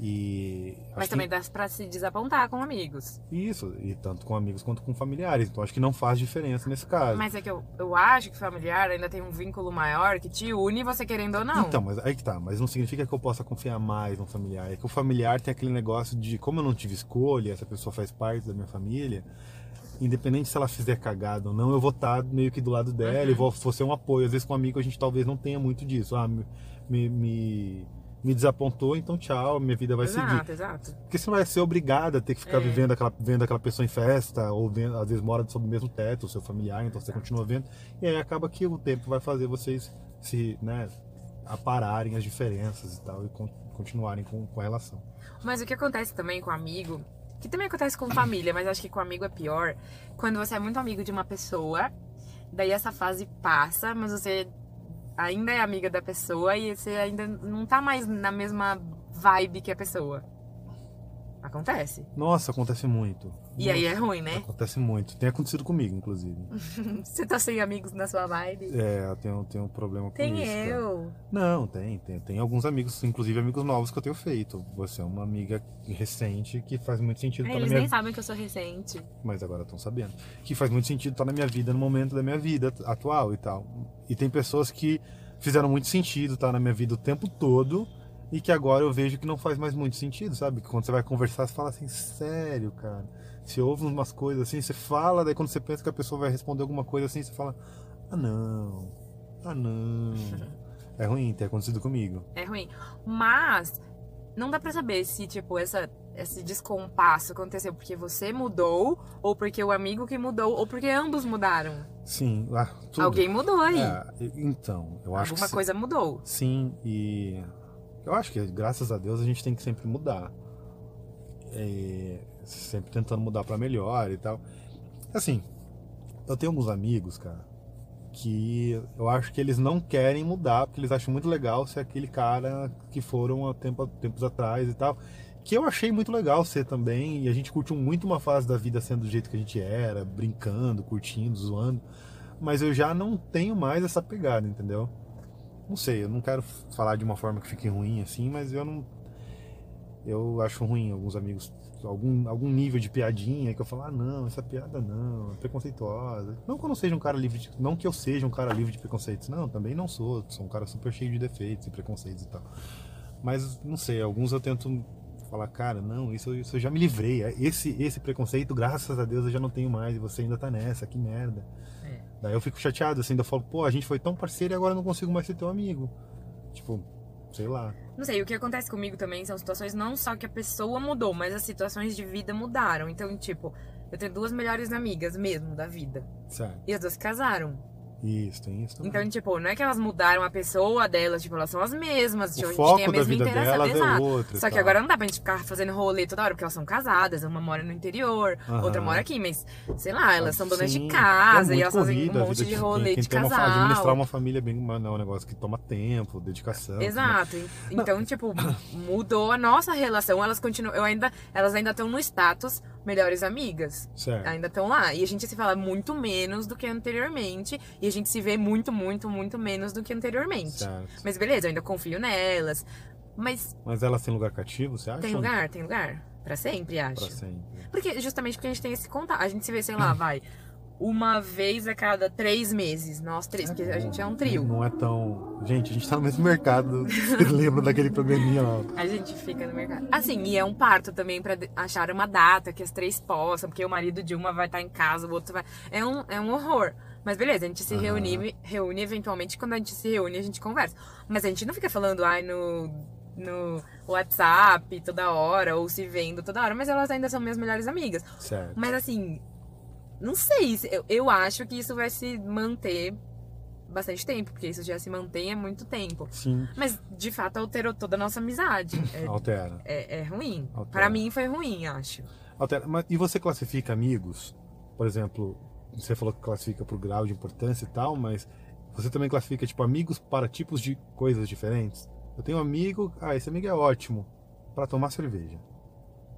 [SPEAKER 1] E acho
[SPEAKER 2] Mas
[SPEAKER 1] que-
[SPEAKER 2] também dá pra se desapontar com amigos.
[SPEAKER 1] isso, e tanto com amigos quanto com familiares. Então acho que não faz diferença nesse caso.
[SPEAKER 2] Mas é que eu, eu acho que familiar ainda tem um vínculo maior que te une, você querendo ou não.
[SPEAKER 1] Então, mas aí que tá, mas não significa que eu possa confiar mais no familiar. É que o familiar tem aquele negócio de como eu não tive escolha, essa pessoa faz parte da minha família, independente se ela fizer cagada ou não, eu vou estar meio que do lado dela e vou, vou ser um apoio. Às vezes com um amigo a gente talvez não tenha muito disso. Ah, me, me, me, me desapontou, então tchau, minha vida vai seguir.
[SPEAKER 2] exato, exato.
[SPEAKER 1] Porque você não vai ser obrigado a ter que ficar
[SPEAKER 2] É.
[SPEAKER 1] vivendo aquela, vendo aquela pessoa em festa, ou vendo, às vezes mora sob o mesmo teto, o seu familiar, então você continua vendo. E aí acaba que o tempo vai fazer vocês se, né, apararem as diferenças e tal, e con- continuarem com, com a relação.
[SPEAKER 2] Mas o que acontece também com amigo, que também acontece com família, mas acho que com amigo é pior, quando você é muito amigo de uma pessoa, daí essa fase passa, mas você ainda é amiga da pessoa e você ainda não tá mais na mesma vibe que a pessoa. Acontece.
[SPEAKER 1] Nossa, acontece muito.
[SPEAKER 2] E aí é ruim, né?
[SPEAKER 1] Acontece muito. Tem acontecido comigo, inclusive.
[SPEAKER 2] Você tá sem amigos na sua vibe.
[SPEAKER 1] É, eu tenho, tenho um problema com
[SPEAKER 2] Tem
[SPEAKER 1] isso. cara.
[SPEAKER 2] eu.
[SPEAKER 1] Não, tem, tem. Tem alguns amigos, inclusive amigos novos que eu tenho feito. Você é uma amiga recente que faz muito sentido
[SPEAKER 2] É,
[SPEAKER 1] estar na
[SPEAKER 2] eles
[SPEAKER 1] minha
[SPEAKER 2] nem sabem que eu sou recente.
[SPEAKER 1] mas agora estão sabendo. Que faz muito sentido estar na minha vida, no momento da minha vida atual e tal. E tem pessoas que fizeram muito sentido estar na minha vida o tempo todo e que agora eu vejo que não faz mais muito sentido, sabe? Que quando você vai conversar, você fala assim, sério, cara. Você ouve umas coisas assim, você fala, daí quando você pensa que a pessoa vai responder alguma coisa assim, você fala, ah não, ah não. É ruim ter acontecido comigo.
[SPEAKER 2] É ruim. Mas não dá pra saber se, tipo, essa, esse descompasso aconteceu porque você mudou, ou porque o amigo que mudou, ou porque ambos mudaram.
[SPEAKER 1] Sim, ah, tudo.
[SPEAKER 2] Alguém mudou aí.
[SPEAKER 1] É, então, eu acho que
[SPEAKER 2] Alguma
[SPEAKER 1] se-
[SPEAKER 2] coisa mudou.
[SPEAKER 1] Sim, e eu acho que graças a Deus a gente tem que sempre mudar. É, sempre tentando mudar pra melhor e tal. Assim, eu tenho alguns amigos, cara, que eu acho que eles não querem mudar, porque eles acham muito legal ser aquele cara que foram há tempo, tempos atrás e tal. Que eu achei muito legal ser também, e a gente curtiu muito uma fase da vida sendo do jeito que a gente era, brincando, curtindo, zoando. Mas eu já não tenho mais essa pegada, entendeu? Não sei, eu não quero falar de uma forma que fique ruim assim, mas eu não. Eu acho ruim alguns amigos. Algum, algum nível de piadinha que eu falo, ah não, essa piada não, é preconceituosa. Não que eu não seja um cara livre de. Não que eu seja um cara livre de preconceitos, não, também não sou. Sou um cara super cheio de defeitos e preconceitos e tal. Mas não sei, alguns eu tento falar, cara, não, isso, isso eu já me livrei. é, Esse, esse preconceito, graças a Deus, eu já não tenho mais, e você ainda tá nessa, que merda.
[SPEAKER 2] É.
[SPEAKER 1] Daí eu fico chateado, assim, daí eu falo, pô, a gente foi tão parceiro e agora eu não consigo mais ser teu amigo. Tipo, Sei lá.
[SPEAKER 2] Não sei, o que acontece comigo também são situações não só que a pessoa mudou, mas as situações de vida mudaram. Então, tipo, eu tenho duas melhores amigas mesmo da vida.
[SPEAKER 1] Certo.
[SPEAKER 2] E as duas se casaram.
[SPEAKER 1] Isso, tem isso também.
[SPEAKER 2] Então, tipo, não é que elas mudaram a pessoa delas, tipo, elas são as mesmas.
[SPEAKER 1] o
[SPEAKER 2] tipo, a gente
[SPEAKER 1] foco
[SPEAKER 2] tem a
[SPEAKER 1] da
[SPEAKER 2] mesma
[SPEAKER 1] vida
[SPEAKER 2] interesse.
[SPEAKER 1] delas é
[SPEAKER 2] exato.
[SPEAKER 1] outro. e
[SPEAKER 2] Só que
[SPEAKER 1] tal.
[SPEAKER 2] agora não dá pra gente ficar fazendo rolê toda hora, porque elas são casadas, uma mora no interior,
[SPEAKER 1] Aham.
[SPEAKER 2] outra mora aqui, mas sei lá, elas são donas
[SPEAKER 1] Sim,
[SPEAKER 2] de casa
[SPEAKER 1] é
[SPEAKER 2] e
[SPEAKER 1] muito
[SPEAKER 2] elas fazem um
[SPEAKER 1] corrida a
[SPEAKER 2] monte
[SPEAKER 1] vida
[SPEAKER 2] de rolê
[SPEAKER 1] quem, quem
[SPEAKER 2] de
[SPEAKER 1] tem uma fa- administrar
[SPEAKER 2] casal.
[SPEAKER 1] uma né? família é bem, mas não, é um negócio que toma tempo, dedicação.
[SPEAKER 2] Exato. Então, tipo, mudou a nossa relação. Elas continuam. Eu ainda, elas ainda estão no status melhores amigas.
[SPEAKER 1] tudo mais. Certo.
[SPEAKER 2] Ainda estão lá. E a gente se fala muito menos do que anteriormente. E a gente se vê muito, muito, muito menos do que anteriormente.
[SPEAKER 1] certo.
[SPEAKER 2] Mas beleza, eu ainda confio nelas. Mas
[SPEAKER 1] Mas elas têm lugar cativo, você acha?
[SPEAKER 2] tem lugar, tem lugar. Pra sempre, acho.
[SPEAKER 1] Tá Pra sempre.
[SPEAKER 2] Porque justamente porque a gente tem esse contato. A gente se vê, sei lá, vai. Uma vez a cada três meses. Nós três, porque a gente é um trio.
[SPEAKER 1] Não é tão. Gente, a gente tá no mesmo mercado. Vocês lembram daquele probleminha lá?
[SPEAKER 2] A gente fica no mercado. Assim, e é um parto também pra de- achar uma data que as três possam, porque o marido de uma vai estar em casa, o outro vai. É um, é um horror. Mas beleza, a gente se
[SPEAKER 1] Aham.
[SPEAKER 2] reúne, reúne eventualmente, quando a gente se reúne, a gente conversa. Mas a gente não fica falando, ai, no, no WhatsApp toda hora, ou se vendo toda hora, mas elas ainda são minhas melhores amigas.
[SPEAKER 1] Certo.
[SPEAKER 2] Mas assim, não sei, se- eu, eu acho que isso vai se manter bastante tempo, porque isso já se mantém há muito tempo.
[SPEAKER 1] Sim.
[SPEAKER 2] Mas de fato alterou toda a nossa amizade. É,
[SPEAKER 1] Altera.
[SPEAKER 2] é, é ruim.
[SPEAKER 1] Altera.
[SPEAKER 2] Pra mim foi ruim, acho.
[SPEAKER 1] Altera. Mas, e você classifica amigos? Por exemplo, você falou que classifica por grau de importância e tal, mas você também classifica tipo amigos para tipos de coisas diferentes? Eu tenho um amigo, ah, esse amigo é ótimo para tomar cerveja.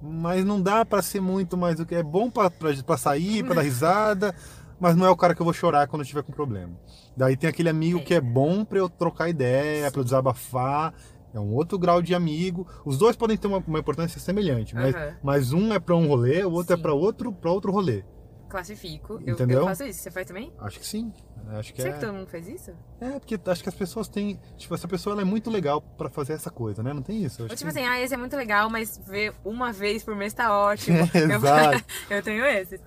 [SPEAKER 1] Mas não dá para ser muito mais do que é bom para para sair, para dar risada, mas não é o cara que eu vou chorar quando eu tiver com problema. Daí tem aquele amigo
[SPEAKER 2] É.
[SPEAKER 1] que é bom para eu trocar ideia, para eu desabafar, é um outro grau de amigo. Os dois podem ter uma, uma importância semelhante, mas
[SPEAKER 2] Aham.
[SPEAKER 1] mas um é pra um rolê, o outro é
[SPEAKER 2] Sim.
[SPEAKER 1] pra outro, para outro rolê.
[SPEAKER 2] Classifico. Eu- Eu,
[SPEAKER 1] Entendeu?
[SPEAKER 2] faço isso. Você faz também?
[SPEAKER 1] Acho que sim. Acho que
[SPEAKER 2] Será
[SPEAKER 1] é.
[SPEAKER 2] que todo mundo faz isso?
[SPEAKER 1] É, porque acho que as pessoas têm, tipo, essa pessoa ela é muito legal pra fazer essa coisa, né? Não tem isso? Eu
[SPEAKER 2] Ou
[SPEAKER 1] acho
[SPEAKER 2] tipo
[SPEAKER 1] que-
[SPEAKER 2] assim, ah, esse é muito legal, mas ver uma vez por mês tá ótimo. Eu-
[SPEAKER 1] Exato.
[SPEAKER 2] Eu, tenho esses.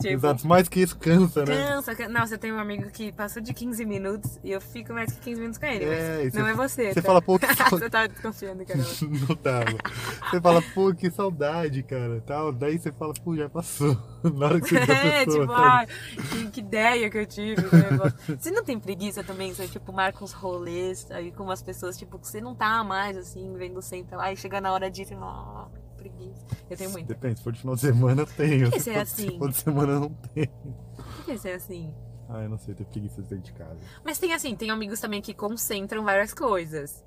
[SPEAKER 2] Tipo,
[SPEAKER 1] Exato, mais que isso cansa, né?
[SPEAKER 2] cansa, cansa. Nossa, eu tenho um amigo que passou de 15 minutos e eu fico mais que 15 minutos com ele. mas
[SPEAKER 1] É, e
[SPEAKER 2] não é você.
[SPEAKER 1] Você
[SPEAKER 2] tá?
[SPEAKER 1] fala, pô, que saudade.
[SPEAKER 2] você tá desconfiando, cara.
[SPEAKER 1] Não tava. Você fala, pô, que saudade, cara. Tal. Daí você fala, pô, já passou. Na hora que você vê a
[SPEAKER 2] É,
[SPEAKER 1] pessoa.
[SPEAKER 2] tipo,
[SPEAKER 1] sabe?
[SPEAKER 2] ah, que, que ideia que eu tive. né? Você não tem preguiça também, você tipo, marca uns rolês aí com umas pessoas, tipo, que você não tá mais assim, vendo sempre lá, e chega na hora de você fala, ah, que preguiça. Eu tenho muito.
[SPEAKER 1] Depende, se for de final de semana, eu tenho.
[SPEAKER 2] Por que você é
[SPEAKER 1] Se
[SPEAKER 2] assim?
[SPEAKER 1] for de semana, eu não tenho.
[SPEAKER 2] Por que isso é assim?
[SPEAKER 1] Ah, eu não sei, eu tenho preguiça de sair de casa.
[SPEAKER 2] Mas tem assim, tem amigos também que concentram várias coisas.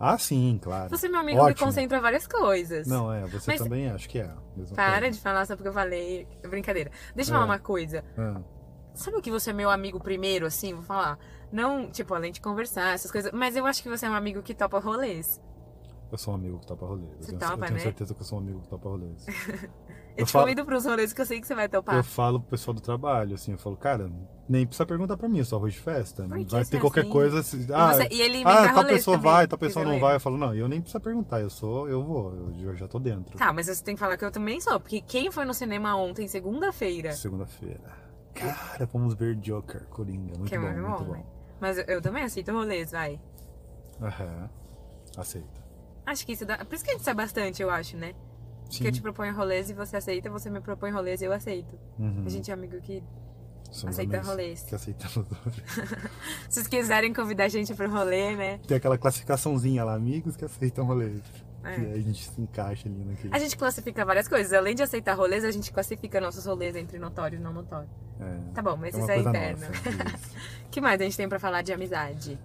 [SPEAKER 1] Ah, sim, claro.
[SPEAKER 2] Você, meu amigo, me
[SPEAKER 1] Ótimo.
[SPEAKER 2] concentra várias coisas.
[SPEAKER 1] Não, é, você
[SPEAKER 2] Mas-
[SPEAKER 1] também acho que é. a mesma
[SPEAKER 2] Para
[SPEAKER 1] coisa.
[SPEAKER 2] de falar só porque eu falei. Brincadeira. Deixa eu
[SPEAKER 1] É.
[SPEAKER 2] falar uma coisa.
[SPEAKER 1] Ah.
[SPEAKER 2] Sabe o que você é meu amigo primeiro, assim? Vou falar. Não, tipo, além de conversar, essas coisas. Mas eu acho que você é um amigo que topa rolês.
[SPEAKER 1] Eu sou um amigo que topa rolê. Eu
[SPEAKER 2] Você
[SPEAKER 1] tenho,
[SPEAKER 2] topa,
[SPEAKER 1] eu tenho
[SPEAKER 2] né?
[SPEAKER 1] certeza que eu sou um amigo que topa rolê.
[SPEAKER 2] Eu,
[SPEAKER 1] Eu
[SPEAKER 2] te
[SPEAKER 1] falo-
[SPEAKER 2] convido pros rolês que eu sei que você vai topar.
[SPEAKER 1] Eu falo pro pessoal do trabalho, assim, eu falo, cara, nem precisa perguntar pra mim, eu sou arroz de festa.
[SPEAKER 2] Por que
[SPEAKER 1] Vai
[SPEAKER 2] você
[SPEAKER 1] ter
[SPEAKER 2] é
[SPEAKER 1] qualquer
[SPEAKER 2] assim?
[SPEAKER 1] coisa. se-
[SPEAKER 2] E,
[SPEAKER 1] ah,
[SPEAKER 2] você- e ele inventa
[SPEAKER 1] ah tal
[SPEAKER 2] rolês
[SPEAKER 1] pessoa
[SPEAKER 2] também,
[SPEAKER 1] vai, tal
[SPEAKER 2] que
[SPEAKER 1] pessoa
[SPEAKER 2] você
[SPEAKER 1] não
[SPEAKER 2] lembra.
[SPEAKER 1] vai. Eu falo, não, eu nem precisa perguntar, eu sou, eu vou, eu, eu já tô dentro.
[SPEAKER 2] Tá, mas você tem que falar que eu também sou. Porque quem foi no cinema ontem, segunda-feira?
[SPEAKER 1] Segunda-feira. Cara, vamos ver Joker, Coringa. Muito
[SPEAKER 2] Que é
[SPEAKER 1] bom,
[SPEAKER 2] muito
[SPEAKER 1] muito
[SPEAKER 2] bom, né?
[SPEAKER 1] bom.
[SPEAKER 2] Mas eu, eu também aceito rolês, vai.
[SPEAKER 1] Aham. Aceita.
[SPEAKER 2] Acho que isso dá. Por isso que a gente sai bastante, eu acho, né? Porque
[SPEAKER 1] Sim.
[SPEAKER 2] eu te proponho rolês e você aceita, você me propõe rolês e eu aceito.
[SPEAKER 1] Uhum.
[SPEAKER 2] A gente é amigo que.
[SPEAKER 1] Somos
[SPEAKER 2] aceita
[SPEAKER 1] amigos
[SPEAKER 2] rolês.
[SPEAKER 1] Que aceitamos rolês.
[SPEAKER 2] Se vocês quiserem convidar a gente pro rolê, né?
[SPEAKER 1] Tem aquela classificaçãozinha lá, amigos que aceitam rolês.
[SPEAKER 2] É.
[SPEAKER 1] E aí a gente se encaixa ali naquele.
[SPEAKER 2] A gente classifica várias coisas. Além de aceitar rolês, a gente classifica nossos rolês entre notório e não notório.
[SPEAKER 1] É.
[SPEAKER 2] Tá bom, mas
[SPEAKER 1] É uma
[SPEAKER 2] isso é
[SPEAKER 1] coisa
[SPEAKER 2] interno.
[SPEAKER 1] nossa. isso.
[SPEAKER 2] O que mais a gente tem pra falar de amizade?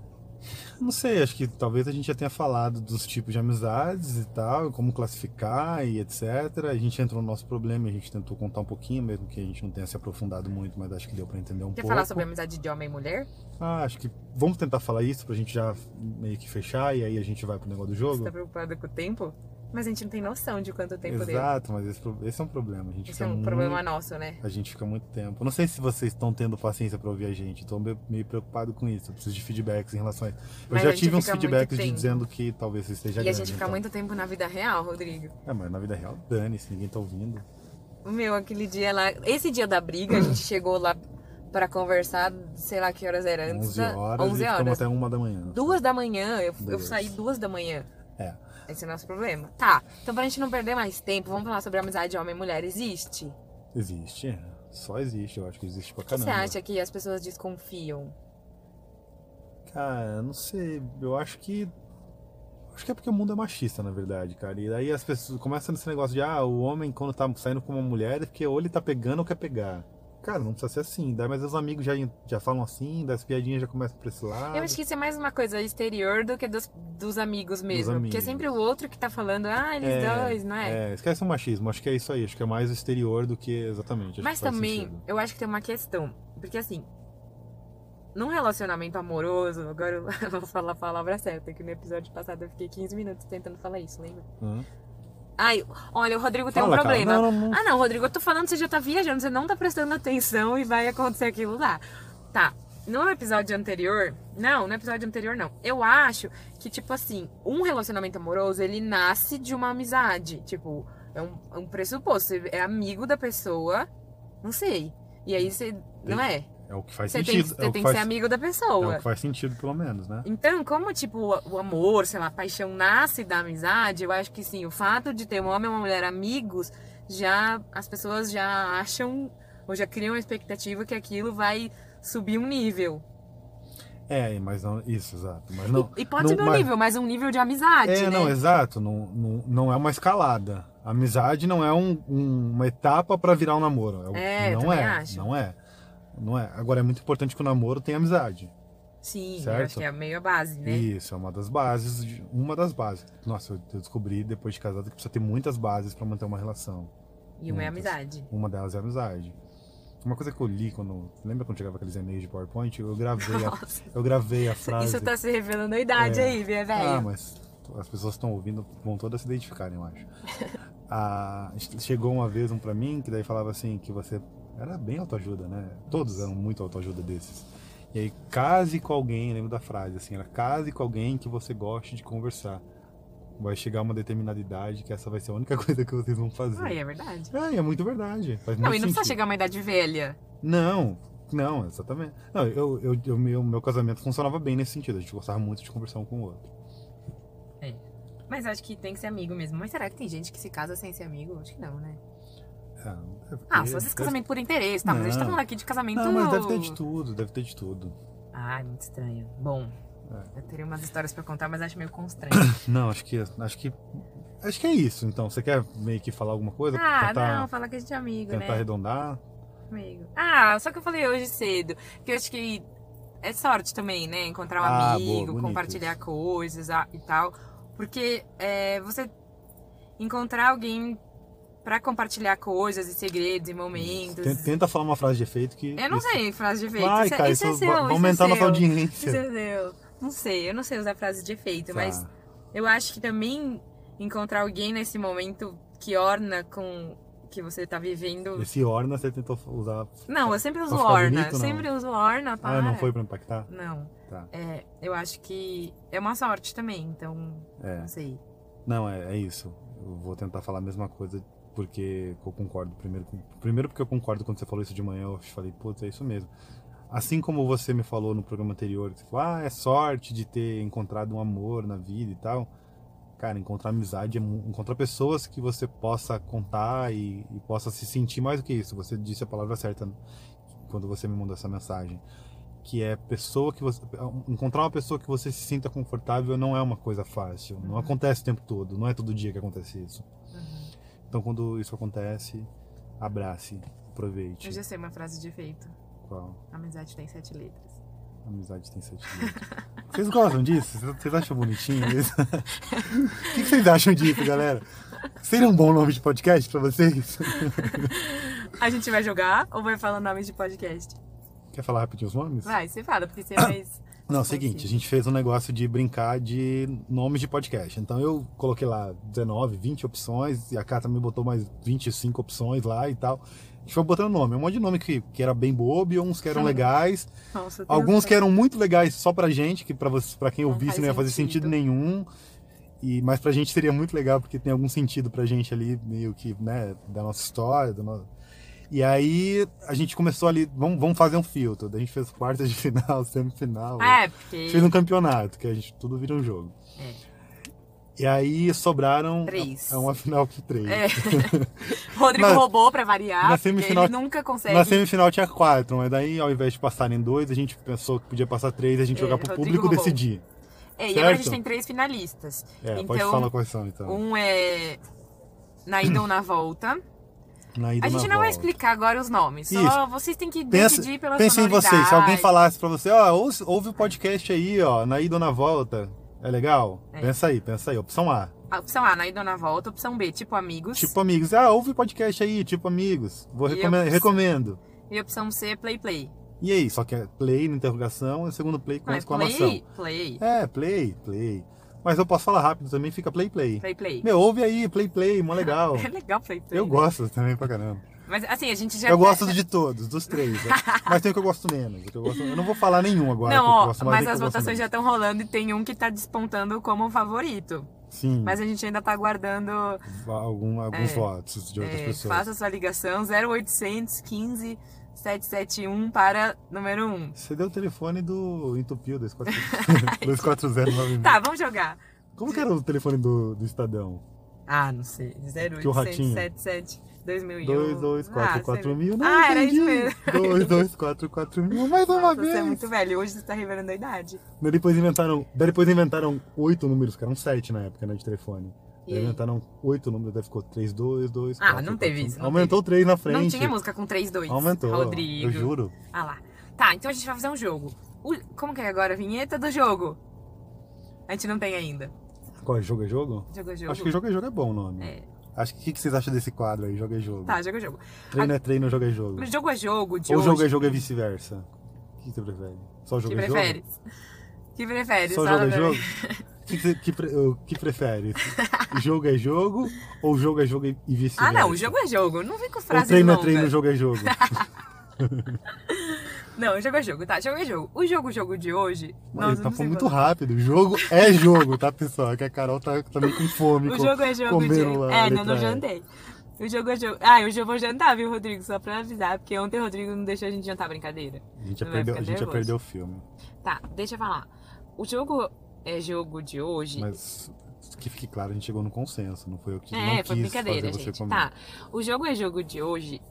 [SPEAKER 1] Não sei, acho que talvez a gente já tenha falado dos tipos de amizades e tal, como classificar e etc. A gente entrou no nosso problema, a gente tentou contar um pouquinho, mesmo que a gente não tenha se aprofundado muito, mas acho que deu pra entender um
[SPEAKER 2] Quer
[SPEAKER 1] pouco.
[SPEAKER 2] falar sobre amizade de homem e mulher?
[SPEAKER 1] Ah, acho que vamos tentar falar isso pra gente já meio que fechar e aí a gente vai pro negócio do
[SPEAKER 2] Você
[SPEAKER 1] jogo.
[SPEAKER 2] tá preocupada com o tempo? Mas a gente não tem noção de quanto tempo deu.
[SPEAKER 1] Exato, mas esse, pro- esse é um problema. A gente
[SPEAKER 2] Esse
[SPEAKER 1] fica
[SPEAKER 2] é um
[SPEAKER 1] muito,
[SPEAKER 2] problema nosso, né?
[SPEAKER 1] A gente fica muito tempo. Não sei se vocês estão tendo paciência pra ouvir a gente. Tô meio meio preocupado com isso. Eu preciso de feedbacks em relação a isso. Eu
[SPEAKER 2] Mas
[SPEAKER 1] já
[SPEAKER 2] a gente
[SPEAKER 1] tive uns
[SPEAKER 2] fica muito
[SPEAKER 1] feedbacks de
[SPEAKER 2] tempo.
[SPEAKER 1] dizendo que talvez você esteja
[SPEAKER 2] E a
[SPEAKER 1] grande,
[SPEAKER 2] gente fica
[SPEAKER 1] então.
[SPEAKER 2] muito tempo na vida real, Rodrigo.
[SPEAKER 1] É, mas na vida real, dane-se, ninguém tá ouvindo.
[SPEAKER 2] Meu, aquele dia lá. Esse dia da briga, a gente chegou lá pra conversar, sei lá que horas era antes.
[SPEAKER 1] 11
[SPEAKER 2] da-
[SPEAKER 1] horas
[SPEAKER 2] 11
[SPEAKER 1] e ficamos
[SPEAKER 2] horas.
[SPEAKER 1] até uma da manhã.
[SPEAKER 2] Duas da manhã, eu, eu
[SPEAKER 1] Duas.
[SPEAKER 2] saí duas da manhã.
[SPEAKER 1] É.
[SPEAKER 2] Esse é o nosso problema. Tá, então pra gente não perder mais tempo, vamos falar sobre a amizade homem e mulher. Existe?
[SPEAKER 1] Existe. é. Só existe, eu acho que existe pra
[SPEAKER 2] O que
[SPEAKER 1] caramba.
[SPEAKER 2] você acha que as pessoas desconfiam?
[SPEAKER 1] Cara, não sei. Eu acho que. Acho que é porque o mundo é machista, na verdade, cara. E aí as pessoas começam nesse negócio de, ah, o homem quando tá saindo com uma mulher é porque ou ele tá pegando ou quer pegar. Cara, não precisa ser assim. Daí, mas os amigos já, já falam assim, das piadinhas já começam pra esse lado.
[SPEAKER 2] Eu acho que isso é mais uma coisa exterior do que dos, dos amigos mesmo. Porque é
[SPEAKER 1] amigos.
[SPEAKER 2] sempre o outro que tá falando, ah, eles
[SPEAKER 1] É,
[SPEAKER 2] dois, não é?
[SPEAKER 1] É, esquece o machismo. Acho que é isso aí. Acho que é mais o exterior do que exatamente. Acho
[SPEAKER 2] Mas
[SPEAKER 1] que faz
[SPEAKER 2] também,
[SPEAKER 1] sentido.
[SPEAKER 2] eu acho que tem uma questão. Porque assim, num relacionamento amoroso, agora eu vou falar a palavra certa, que no episódio passado eu fiquei 15 minutos tentando falar isso, lembra?
[SPEAKER 1] Hã?
[SPEAKER 2] Ai, olha, o Rodrigo tem
[SPEAKER 1] Hum? Fala,
[SPEAKER 2] um
[SPEAKER 1] cara.
[SPEAKER 2] problema.
[SPEAKER 1] Não, não, não.
[SPEAKER 2] Ah, não, Rodrigo, eu tô falando, você já tá viajando, você não tá prestando atenção e vai acontecer aquilo lá. Tá. No episódio anterior, não, no episódio anterior não. Eu acho que, tipo assim, um relacionamento amoroso, ele nasce de uma amizade. Tipo, é um, é um pressuposto. Você é amigo da pessoa, não sei. E aí você. Não é?
[SPEAKER 1] É o que faz
[SPEAKER 2] Você tem,
[SPEAKER 1] sentido.
[SPEAKER 2] você
[SPEAKER 1] é, o
[SPEAKER 2] tem
[SPEAKER 1] que
[SPEAKER 2] que
[SPEAKER 1] faz,
[SPEAKER 2] ser amigo da
[SPEAKER 1] é o
[SPEAKER 2] pessoa.
[SPEAKER 1] que faz sentido, pelo menos, né?
[SPEAKER 2] Então, como, tipo, o amor, sei lá, a paixão nasce da amizade, eu acho que sim, o fato de ter um homem e uma mulher amigos, já as pessoas já acham ou já criam a expectativa que aquilo vai subir um nível.
[SPEAKER 1] É, mas não. Isso, exato. Mas não.
[SPEAKER 2] E pode
[SPEAKER 1] não,
[SPEAKER 2] subir um
[SPEAKER 1] mas-
[SPEAKER 2] nível, mas um nível de amizade,
[SPEAKER 1] É,
[SPEAKER 2] né?
[SPEAKER 1] não, exato. Não, não, não é uma escalada. Amizade não é um- um- uma etapa pra virar um namoro. o-
[SPEAKER 2] É, eu
[SPEAKER 1] não
[SPEAKER 2] também
[SPEAKER 1] é.
[SPEAKER 2] acho.
[SPEAKER 1] Não é. Não é. Agora é muito importante que o namoro tenha amizade.
[SPEAKER 2] Sim, eu
[SPEAKER 1] Certo.
[SPEAKER 2] acho que é meio a base, né?
[SPEAKER 1] Isso, é uma das bases. de- Uma das bases. Nossa, eu eu descobri depois de casado que precisa ter muitas bases pra manter uma relação.
[SPEAKER 2] E uma é
[SPEAKER 1] muitas.
[SPEAKER 2] amizade.
[SPEAKER 1] Uma delas é a amizade. Uma coisa que eu li quando. Lembra quando chegava aqueles e-mails de PowerPoint? Eu gravei a,
[SPEAKER 2] Nossa,
[SPEAKER 1] eu gravei a frase.
[SPEAKER 2] isso tá se revelando a idade
[SPEAKER 1] É.
[SPEAKER 2] aí, minha velha.
[SPEAKER 1] Ah, mas as pessoas que estão ouvindo, vão todas se identificarem, eu acho. Ah, chegou uma vez um pra mim que daí falava assim que você era bem autoajuda, né? Todos eram muito autoajuda desses. E aí, case com alguém, eu lembro da frase assim, era case com alguém que você goste de conversar. Vai chegar uma determinada idade que essa vai ser a única coisa que vocês vão fazer.
[SPEAKER 2] Ai, é verdade.
[SPEAKER 1] É, e é muito verdade. Faz
[SPEAKER 2] Não,
[SPEAKER 1] muito
[SPEAKER 2] e não precisa
[SPEAKER 1] sentido.
[SPEAKER 2] chegar a uma idade velha.
[SPEAKER 1] Não, não, exatamente. Não, eu, eu, eu- meu, meu casamento funcionava bem nesse sentido. A gente gostava muito de conversar um com o outro.
[SPEAKER 2] Mas acho que tem que ser amigo mesmo. Mas será que tem gente que se casa sem ser amigo? Acho que não, né?
[SPEAKER 1] É,
[SPEAKER 2] Ah,
[SPEAKER 1] é-
[SPEAKER 2] só esses casamento por interesse, tá? Mas a gente tá
[SPEAKER 1] Não.
[SPEAKER 2] falando aqui de casamento.
[SPEAKER 1] Não, mas deve ter de tudo, deve ter de tudo.
[SPEAKER 2] Ah, é muito estranho. Bom,
[SPEAKER 1] É.
[SPEAKER 2] eu teria umas histórias pra contar, mas acho meio constranho.
[SPEAKER 1] Não, acho que é, acho que acho que é isso. Então, você quer meio que falar alguma coisa?
[SPEAKER 2] ah,
[SPEAKER 1] tentar
[SPEAKER 2] não, fala que a gente é amigo,
[SPEAKER 1] tentar
[SPEAKER 2] né?
[SPEAKER 1] arredondar?
[SPEAKER 2] Amigo. Ah, só que eu falei hoje cedo. Que eu acho que é sorte também, né? Encontrar um
[SPEAKER 1] Ah, boa,
[SPEAKER 2] amigo,
[SPEAKER 1] bonito
[SPEAKER 2] compartilhar
[SPEAKER 1] isso.
[SPEAKER 2] coisas a- e tal. Porque é, você encontrar alguém pra compartilhar coisas e segredos e momentos.
[SPEAKER 1] Ten- Tenta falar uma frase de efeito que
[SPEAKER 2] Eu não
[SPEAKER 1] isso-
[SPEAKER 2] sei frase de efeito.
[SPEAKER 1] Vai,
[SPEAKER 2] isso, é-
[SPEAKER 1] cara,
[SPEAKER 2] isso é
[SPEAKER 1] isso
[SPEAKER 2] seu,
[SPEAKER 1] vai
[SPEAKER 2] isso é
[SPEAKER 1] aumentar nossa
[SPEAKER 2] seu.
[SPEAKER 1] audiência.
[SPEAKER 2] Entendeu? Não sei, eu não sei usar frase de efeito,
[SPEAKER 1] Tá.
[SPEAKER 2] mas eu acho que também encontrar alguém nesse momento que orna com o que você tá vivendo.
[SPEAKER 1] Esse orna você tentou usar.
[SPEAKER 2] Não, eu sempre uso
[SPEAKER 1] Pra ficar
[SPEAKER 2] orna,
[SPEAKER 1] bonito, não?
[SPEAKER 2] sempre uso orna para.
[SPEAKER 1] Ah, não foi pra impactar?
[SPEAKER 2] Não,
[SPEAKER 1] Tá.
[SPEAKER 2] é, eu acho que é uma sorte também, então
[SPEAKER 1] É.
[SPEAKER 2] não sei.
[SPEAKER 1] Não, é, é isso. Eu vou tentar falar a mesma coisa porque eu concordo primeiro com- primeiro porque eu concordo quando você falou isso de manhã, eu falei, putz, é isso mesmo. Assim como você me falou no programa anterior, que você falou, ah, é sorte de ter encontrado um amor na vida e tal. Cara, encontrar amizade, é mu- encontrar pessoas que você possa contar e, e possa se sentir mais do que isso. Você disse a palavra certa né, quando você me mandou essa mensagem, que é pessoa que você encontrar uma pessoa que você se sinta confortável não é uma coisa fácil. Não acontece o tempo todo, não é todo dia que acontece isso. Então quando isso acontece, abrace, aproveite.
[SPEAKER 2] Eu já sei uma frase de efeito.
[SPEAKER 1] Qual?
[SPEAKER 2] Amizade tem sete letras.
[SPEAKER 1] Amizade tem sete letras. Vocês gostam disso? Vocês- Vocês acham bonitinho isso? O que que vocês acham disso, galera? Seria um bom nome de podcast pra vocês?
[SPEAKER 2] A gente vai jogar ou vai falar nomes de podcast?
[SPEAKER 1] Quer falar rapidinho os nomes?
[SPEAKER 2] Vai, você fala, porque você é mais.
[SPEAKER 1] Não, é o seguinte, a gente fez um negócio de brincar de nomes de podcast. Então eu coloquei lá 19, 20 opções, e a Cata me botou mais 25 opções lá e tal. A gente foi botando nome, um monte de nome que, que era bem bobo, uns que eram legais,
[SPEAKER 2] Nossa, tem
[SPEAKER 1] alguns
[SPEAKER 2] um-
[SPEAKER 1] que eram muito legais só pra gente, que pra, você, pra quem
[SPEAKER 2] Não
[SPEAKER 1] ouvisse
[SPEAKER 2] faz
[SPEAKER 1] não ia fazer sentido,
[SPEAKER 2] sentido.
[SPEAKER 1] nenhum. E, mas pra gente seria muito legal, porque tem algum sentido pra gente ali, meio que, né, da nossa história, do nosso... E aí a gente começou ali, vamos, vamos fazer um filtro. Daí A gente fez quartas de final, semifinal.
[SPEAKER 2] É,
[SPEAKER 1] Fez
[SPEAKER 2] porque.
[SPEAKER 1] um campeonato, que a gente tudo vira um jogo.
[SPEAKER 2] É.
[SPEAKER 1] E aí sobraram.
[SPEAKER 2] Três.
[SPEAKER 1] É uma final de três.
[SPEAKER 2] É. Rodrigo
[SPEAKER 1] Na-
[SPEAKER 2] roubou pra variar.
[SPEAKER 1] na
[SPEAKER 2] porque
[SPEAKER 1] semifinal-
[SPEAKER 2] Ele nunca consegue.
[SPEAKER 1] Na semifinal tinha quatro, mas daí ao invés de passarem dois, a gente pensou que podia passar três e a gente
[SPEAKER 2] É,
[SPEAKER 1] jogar pro
[SPEAKER 2] Rodrigo
[SPEAKER 1] público
[SPEAKER 2] roubou.
[SPEAKER 1] decidir.
[SPEAKER 2] É, e agora a gente
[SPEAKER 1] certo?
[SPEAKER 2] tem três finalistas.
[SPEAKER 1] É,
[SPEAKER 2] então,
[SPEAKER 1] pode falar quais são então.
[SPEAKER 2] um é na ida ou na volta.
[SPEAKER 1] Na ida
[SPEAKER 2] um- A gente
[SPEAKER 1] na
[SPEAKER 2] não
[SPEAKER 1] volta.
[SPEAKER 2] vai explicar agora os nomes. Só
[SPEAKER 1] Isso.
[SPEAKER 2] vocês têm que
[SPEAKER 1] Pensa,
[SPEAKER 2] decidir pela
[SPEAKER 1] pensem em vocês. Se alguém
[SPEAKER 2] sonoridade.
[SPEAKER 1] falasse pra você, ó, ouve, ouve o podcast aí, ó, na ida ou na volta, é legal?
[SPEAKER 2] É.
[SPEAKER 1] Pensa aí, pensa aí. Opção A.
[SPEAKER 2] A Opção A, na ida ou na volta. Opção B, tipo amigos.
[SPEAKER 1] Tipo amigos. Ah, ouve o podcast aí, tipo amigos. Vou
[SPEAKER 2] E
[SPEAKER 1] recomen-
[SPEAKER 2] opção-
[SPEAKER 1] recomendo.
[SPEAKER 2] E opção C, play, play.
[SPEAKER 1] E aí, só que é play na interrogação e o segundo play com
[SPEAKER 2] Não, é
[SPEAKER 1] exclamação.
[SPEAKER 2] play, play.
[SPEAKER 1] É, play, play. Mas eu posso falar rápido também, fica play, play.
[SPEAKER 2] Play, play.
[SPEAKER 1] Meu, ouve aí, play, play, mó legal.
[SPEAKER 2] É legal play, play.
[SPEAKER 1] Eu gosto também pra caramba.
[SPEAKER 2] Mas assim, a gente já...
[SPEAKER 1] Eu gosto de todos, dos três. né? Mas tem o que eu gosto menos. o que eu, gosto- eu não vou falar nenhum agora.
[SPEAKER 2] Não,
[SPEAKER 1] que eu
[SPEAKER 2] ó,
[SPEAKER 1] gosto mais
[SPEAKER 2] mas
[SPEAKER 1] do que
[SPEAKER 2] as
[SPEAKER 1] eu gosto
[SPEAKER 2] votações já
[SPEAKER 1] menos.
[SPEAKER 2] estão rolando e tem um que tá despontando como o favorito.
[SPEAKER 1] Sim,
[SPEAKER 2] Mas a gente ainda tá aguardando...
[SPEAKER 1] algum- alguns
[SPEAKER 2] É,
[SPEAKER 1] votos de outras
[SPEAKER 2] é,
[SPEAKER 1] pessoas.
[SPEAKER 2] faça sua ligação 0800 15 771 para número 1.
[SPEAKER 1] Você deu o telefone do Entupio 2409.
[SPEAKER 2] Tá, vamos jogar.
[SPEAKER 1] Como que era o telefone do, do Estadão?
[SPEAKER 2] Ah, não sei.
[SPEAKER 1] Que É o
[SPEAKER 2] 0800
[SPEAKER 1] ratinho.
[SPEAKER 2] 77 2001.
[SPEAKER 1] 2244 mil. Não,
[SPEAKER 2] Ah, era isso
[SPEAKER 1] entendi.
[SPEAKER 2] mesmo.
[SPEAKER 1] 2244 mil, mais uma
[SPEAKER 2] Você é
[SPEAKER 1] vez.
[SPEAKER 2] muito velho, hoje você tá revelando a idade.
[SPEAKER 1] Daí Depois inventaram, daí depois inventaram oito números, que eram sete na época, né, de telefone.
[SPEAKER 2] E
[SPEAKER 1] Daí
[SPEAKER 2] aí?
[SPEAKER 1] inventaram oito números, daí ficou três, dois, dois.
[SPEAKER 2] Ah,
[SPEAKER 1] quatro,
[SPEAKER 2] não
[SPEAKER 1] quatro,
[SPEAKER 2] teve
[SPEAKER 1] um.
[SPEAKER 2] isso, não
[SPEAKER 1] Aumentou três na frente.
[SPEAKER 2] Não tinha música com 3-2.
[SPEAKER 1] Aumentou,
[SPEAKER 2] Rodrigo.
[SPEAKER 1] eu juro.
[SPEAKER 2] Ah lá. Tá, então a gente vai fazer um jogo. O- Como que é agora a vinheta do jogo? A gente não tem ainda.
[SPEAKER 1] Qual é, jogo é jogo?
[SPEAKER 2] Jogo é jogo.
[SPEAKER 1] Acho que jogo é jogo é bom o nome.
[SPEAKER 2] É.
[SPEAKER 1] Acho que o que, que vocês acham desse quadro aí, jogo é jogo?
[SPEAKER 2] Tá, jogo é jogo.
[SPEAKER 1] Treino é treino, jogo é jogo.
[SPEAKER 2] Mas jogo é jogo de
[SPEAKER 1] Ou
[SPEAKER 2] hoje.
[SPEAKER 1] jogo é jogo é vice-versa. O que você prefere? Só jogo
[SPEAKER 2] que
[SPEAKER 1] é
[SPEAKER 2] prefere?
[SPEAKER 1] jogo?
[SPEAKER 2] Que prefere?
[SPEAKER 1] Só
[SPEAKER 2] Fala
[SPEAKER 1] jogo é
[SPEAKER 2] pra
[SPEAKER 1] jogo?
[SPEAKER 2] mim.
[SPEAKER 1] O que, que, você- que, pre- o que prefere? jogo é jogo ou jogo é jogo e e
[SPEAKER 2] Ah,
[SPEAKER 1] vice-versa?
[SPEAKER 2] não, jogo é jogo. Não vem com
[SPEAKER 1] Ou
[SPEAKER 2] frase
[SPEAKER 1] treino é
[SPEAKER 2] longa.
[SPEAKER 1] treino, jogo é jogo.
[SPEAKER 2] Não, jogo é jogo, tá? Jogo é jogo. O jogo jogo de hoje.
[SPEAKER 1] Mano, ele
[SPEAKER 2] nós
[SPEAKER 1] tá
[SPEAKER 2] vamos
[SPEAKER 1] falando muito
[SPEAKER 2] encontrar.
[SPEAKER 1] rápido. Jogo é jogo, tá, pessoal? É Que a Carol tá também com fome.
[SPEAKER 2] O
[SPEAKER 1] com-
[SPEAKER 2] jogo é jogo de.
[SPEAKER 1] comeram lá,
[SPEAKER 2] É,
[SPEAKER 1] ali
[SPEAKER 2] não, não
[SPEAKER 1] atrás.
[SPEAKER 2] jantei. O jogo é jogo. Ah, hoje eu vou jantar, viu, Rodrigo? Só pra avisar, porque ontem o Rodrigo não deixou a gente jantar brincadeira.
[SPEAKER 1] A gente, já
[SPEAKER 2] Vai
[SPEAKER 1] perdeu,
[SPEAKER 2] ficar
[SPEAKER 1] a gente já
[SPEAKER 2] nervoso.
[SPEAKER 1] perdeu o filme.
[SPEAKER 2] Tá, deixa eu falar. O jogo é jogo de hoje.
[SPEAKER 1] Mas que fique claro, a gente chegou no consenso. Não foi eu que
[SPEAKER 2] É,
[SPEAKER 1] não
[SPEAKER 2] foi
[SPEAKER 1] quis
[SPEAKER 2] brincadeira,
[SPEAKER 1] fazer você
[SPEAKER 2] gente.
[SPEAKER 1] comer.
[SPEAKER 2] Tá. O jogo é jogo de hoje.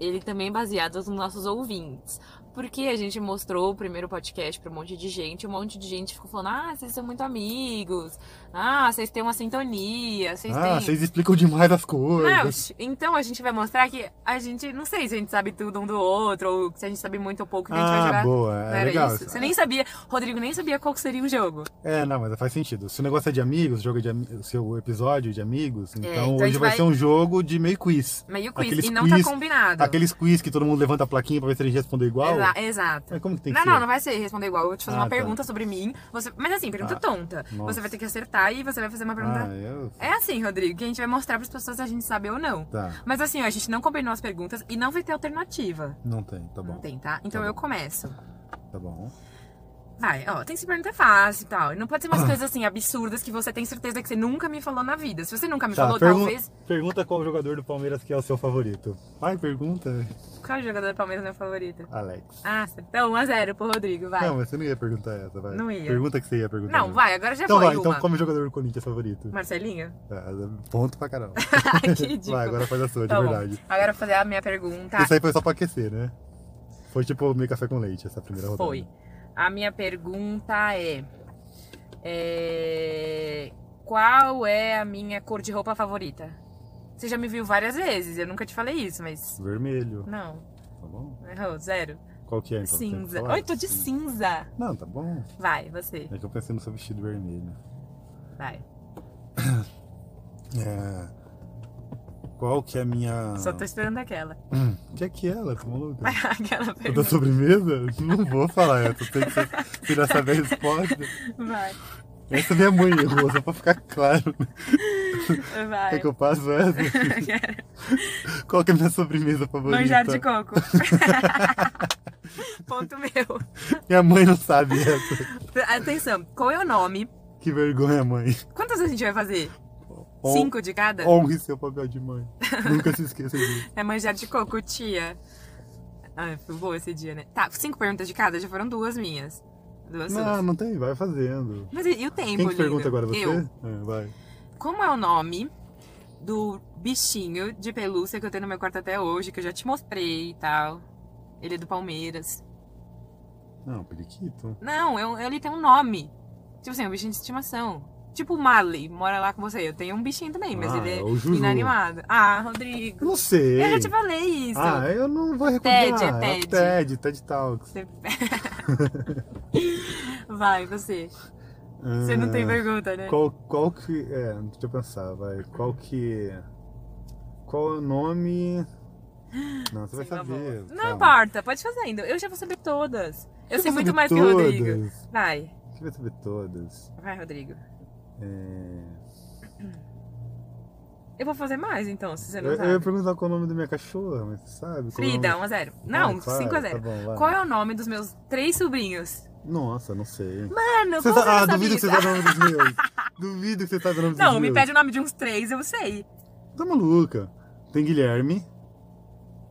[SPEAKER 2] Ele também é baseado nos nossos ouvintes. Porque a gente mostrou o primeiro podcast pra um monte de gente, um monte de gente ficou falando: ah, vocês são muito amigos, ah, vocês têm uma sintonia, vocês
[SPEAKER 1] ah,
[SPEAKER 2] têm.
[SPEAKER 1] vocês né?" explicam demais as
[SPEAKER 2] Não,
[SPEAKER 1] coisas.
[SPEAKER 2] sh- então a gente vai mostrar que a gente, não sei se a gente sabe tudo um do outro, ou se a gente sabe muito ou pouco, que a gente vai
[SPEAKER 1] ah,
[SPEAKER 2] jogar.
[SPEAKER 1] boa.
[SPEAKER 2] Não
[SPEAKER 1] É
[SPEAKER 2] era
[SPEAKER 1] legal.
[SPEAKER 2] isso? Você nem sabia, Rodrigo nem sabia qual que seria o jogo.
[SPEAKER 1] É, não, mas faz sentido. Se o negócio é de amigos, jogo é de ami- seu episódio é de amigos, então,
[SPEAKER 2] então a
[SPEAKER 1] hoje
[SPEAKER 2] gente
[SPEAKER 1] vai
[SPEAKER 2] vai-
[SPEAKER 1] ser um jogo de meio quiz.
[SPEAKER 2] Meio quiz,
[SPEAKER 1] Aqueles
[SPEAKER 2] e não
[SPEAKER 1] quiz-
[SPEAKER 2] tá combinado.
[SPEAKER 1] Aqueles quiz que todo mundo levanta a plaquinha pra ver se a gente respondeu igual.
[SPEAKER 2] Exa- exato.
[SPEAKER 1] Mas como que tem
[SPEAKER 2] Não,
[SPEAKER 1] que
[SPEAKER 2] não,
[SPEAKER 1] ser?
[SPEAKER 2] não vai ser responder igual. Eu vou te fazer
[SPEAKER 1] Ah,
[SPEAKER 2] uma
[SPEAKER 1] tá.
[SPEAKER 2] pergunta sobre mim. Você... Mas assim, pergunta
[SPEAKER 1] Ah,
[SPEAKER 2] tonta.
[SPEAKER 1] nossa.
[SPEAKER 2] Você vai ter que acertar e você vai fazer uma pergunta.
[SPEAKER 1] Ah, eu...
[SPEAKER 2] É assim, Rodrigo, que a gente vai mostrar pras pessoas se a gente sabe ou não.
[SPEAKER 1] Tá,
[SPEAKER 2] Mas assim, ó, a gente não combinou as perguntas e não vai ter alternativa.
[SPEAKER 1] não tem, tá
[SPEAKER 2] Não
[SPEAKER 1] bom.
[SPEAKER 2] tem, tá? Então
[SPEAKER 1] Tá
[SPEAKER 2] eu
[SPEAKER 1] bom.
[SPEAKER 2] começo.
[SPEAKER 1] Tá bom.
[SPEAKER 2] Vai, ó, tem que ser pergunta fácil e tal. E não pode ser umas coisas assim absurdas que você tem certeza que você nunca me falou na vida. Se você nunca me
[SPEAKER 1] Tá,
[SPEAKER 2] falou,
[SPEAKER 1] pergun-
[SPEAKER 2] talvez.
[SPEAKER 1] Pergunta qual jogador do Palmeiras que é o seu favorito. Vai, pergunta,
[SPEAKER 2] Qual jogador do Palmeiras é meu favorito?
[SPEAKER 1] Alex.
[SPEAKER 2] Ah, acertou 1x0 pro Rodrigo, vai.
[SPEAKER 1] Não, mas você não ia perguntar essa, vai.
[SPEAKER 2] Não ia.
[SPEAKER 1] Pergunta que você ia perguntar.
[SPEAKER 2] Não,
[SPEAKER 1] né?
[SPEAKER 2] vai, agora já
[SPEAKER 1] Então
[SPEAKER 2] foi
[SPEAKER 1] vai,
[SPEAKER 2] uma.
[SPEAKER 1] então como jogador do Corinthians favorito?
[SPEAKER 2] Marcelinho?
[SPEAKER 1] Ah, ponto pra caramba.
[SPEAKER 2] que ridículo.
[SPEAKER 1] Vai, agora faz a sua,
[SPEAKER 2] Tá
[SPEAKER 1] de
[SPEAKER 2] bom. Tá.
[SPEAKER 1] verdade.
[SPEAKER 2] Agora eu vou fazer a minha pergunta.
[SPEAKER 1] Isso aí foi só pra aquecer, né? Foi tipo meio café com leite essa primeira rodada.
[SPEAKER 2] Foi. A minha pergunta é, é, Qual é a minha cor de roupa favorita? Você já me viu várias vezes, eu nunca te falei isso, mas.
[SPEAKER 1] Vermelho,
[SPEAKER 2] Não,
[SPEAKER 1] tá bom?
[SPEAKER 2] errou, zero.
[SPEAKER 1] Qual que é então? Tem que
[SPEAKER 2] cinza.
[SPEAKER 1] falar?
[SPEAKER 2] Oi, tô de cinza.
[SPEAKER 1] Não, tá bom.
[SPEAKER 2] Vai, você.
[SPEAKER 1] É que eu pensei no seu vestido vermelho.
[SPEAKER 2] Vai.
[SPEAKER 1] É. Qual que é a minha.
[SPEAKER 2] Só tô esperando aquela.
[SPEAKER 1] O que é que é ela? Tá maluca?
[SPEAKER 2] aquela
[SPEAKER 1] O da
[SPEAKER 2] pergunta.
[SPEAKER 1] é sobremesa? Não vou falar essa. Tem que ser- se já saber a resposta.
[SPEAKER 2] Vai,
[SPEAKER 1] Essa minha mãe errou, só pra ficar claro. O que,
[SPEAKER 2] vai.
[SPEAKER 1] que eu passo essa? Qual que é a minha sobremesa favorita?
[SPEAKER 2] Manjar de coco. Ponto meu.
[SPEAKER 1] Minha mãe não sabe essa.
[SPEAKER 2] Atenção, qual é o nome?
[SPEAKER 1] Que vergonha, mãe.
[SPEAKER 2] Quantas a gente vai fazer?
[SPEAKER 1] Hon-
[SPEAKER 2] Cinco de cada?
[SPEAKER 1] Honre seu papel de mãe. Nunca se esqueça disso.
[SPEAKER 2] É manjar de coco, tia. Ah, foi boa esse dia, né? Tá, cinco perguntas de cada, já foram duas minhas. Duas
[SPEAKER 1] Não,
[SPEAKER 2] suas.
[SPEAKER 1] não tem, vai fazendo.
[SPEAKER 2] Mas e e o tempo,
[SPEAKER 1] Quem que
[SPEAKER 2] lindo?
[SPEAKER 1] pergunta agora? Você?
[SPEAKER 2] Eu.
[SPEAKER 1] É, vai.
[SPEAKER 2] Como é o nome do bichinho de pelúcia que eu tenho no meu quarto até hoje, que eu já te mostrei e tal? Ele é do Palmeiras.
[SPEAKER 1] Não, periquito.
[SPEAKER 2] Não, eu- ele tem um nome. Tipo assim, um bichinho de estimação. Tipo o Marley, mora lá com você. Eu tenho um bichinho também, mas
[SPEAKER 1] Ah,
[SPEAKER 2] ele é
[SPEAKER 1] é o Juju.
[SPEAKER 2] inanimado. Ah, Rodrigo.
[SPEAKER 1] Eu não sei.
[SPEAKER 2] Eu já te falei isso.
[SPEAKER 1] Ah, eu não vou
[SPEAKER 2] Ted,
[SPEAKER 1] recordar.
[SPEAKER 2] é
[SPEAKER 1] o
[SPEAKER 2] Ted.
[SPEAKER 1] Ted, Ted Talks.
[SPEAKER 2] Você- Vai, você. Você não tem
[SPEAKER 1] Ah,
[SPEAKER 2] pergunta, né?
[SPEAKER 1] Qual, qual que. É, deixa eu pensar, vai. Qual que. Qual é o nome. Não, você vai
[SPEAKER 2] Sim, tá
[SPEAKER 1] saber.
[SPEAKER 2] bom.
[SPEAKER 1] calma.
[SPEAKER 2] Não importa, pode fazer ainda. Eu já vou saber todas. Eu
[SPEAKER 1] Você
[SPEAKER 2] sei
[SPEAKER 1] vai
[SPEAKER 2] muito
[SPEAKER 1] saber
[SPEAKER 2] mais que o Rodrigo.
[SPEAKER 1] todas.
[SPEAKER 2] Vai,
[SPEAKER 1] Você vai saber todas.
[SPEAKER 2] vai, Rodrigo.
[SPEAKER 1] É,
[SPEAKER 2] Eu vou fazer mais então, se você
[SPEAKER 1] Eu,
[SPEAKER 2] não
[SPEAKER 1] eu ia
[SPEAKER 2] sabe.
[SPEAKER 1] perguntar qual é o nome da minha cachorra, mas você sabe? qual é o
[SPEAKER 2] Frida,
[SPEAKER 1] nome-
[SPEAKER 2] 1x0. Não,
[SPEAKER 1] Ah, claro,
[SPEAKER 2] 5x0.
[SPEAKER 1] tá bom, vai.
[SPEAKER 2] Qual é o nome dos meus três sobrinhos?
[SPEAKER 1] Nossa, não sei.
[SPEAKER 2] Mano,
[SPEAKER 1] Você
[SPEAKER 2] como
[SPEAKER 1] sa- Ah,
[SPEAKER 2] você não
[SPEAKER 1] duvido que você
[SPEAKER 2] sabe
[SPEAKER 1] saiba
[SPEAKER 2] isso?
[SPEAKER 1] o nome dos meus. Duvido que você saiba o nome dos meus.
[SPEAKER 2] Não, me pede o nome de uns três, eu sei.
[SPEAKER 1] Tá maluca? Tem Guilherme.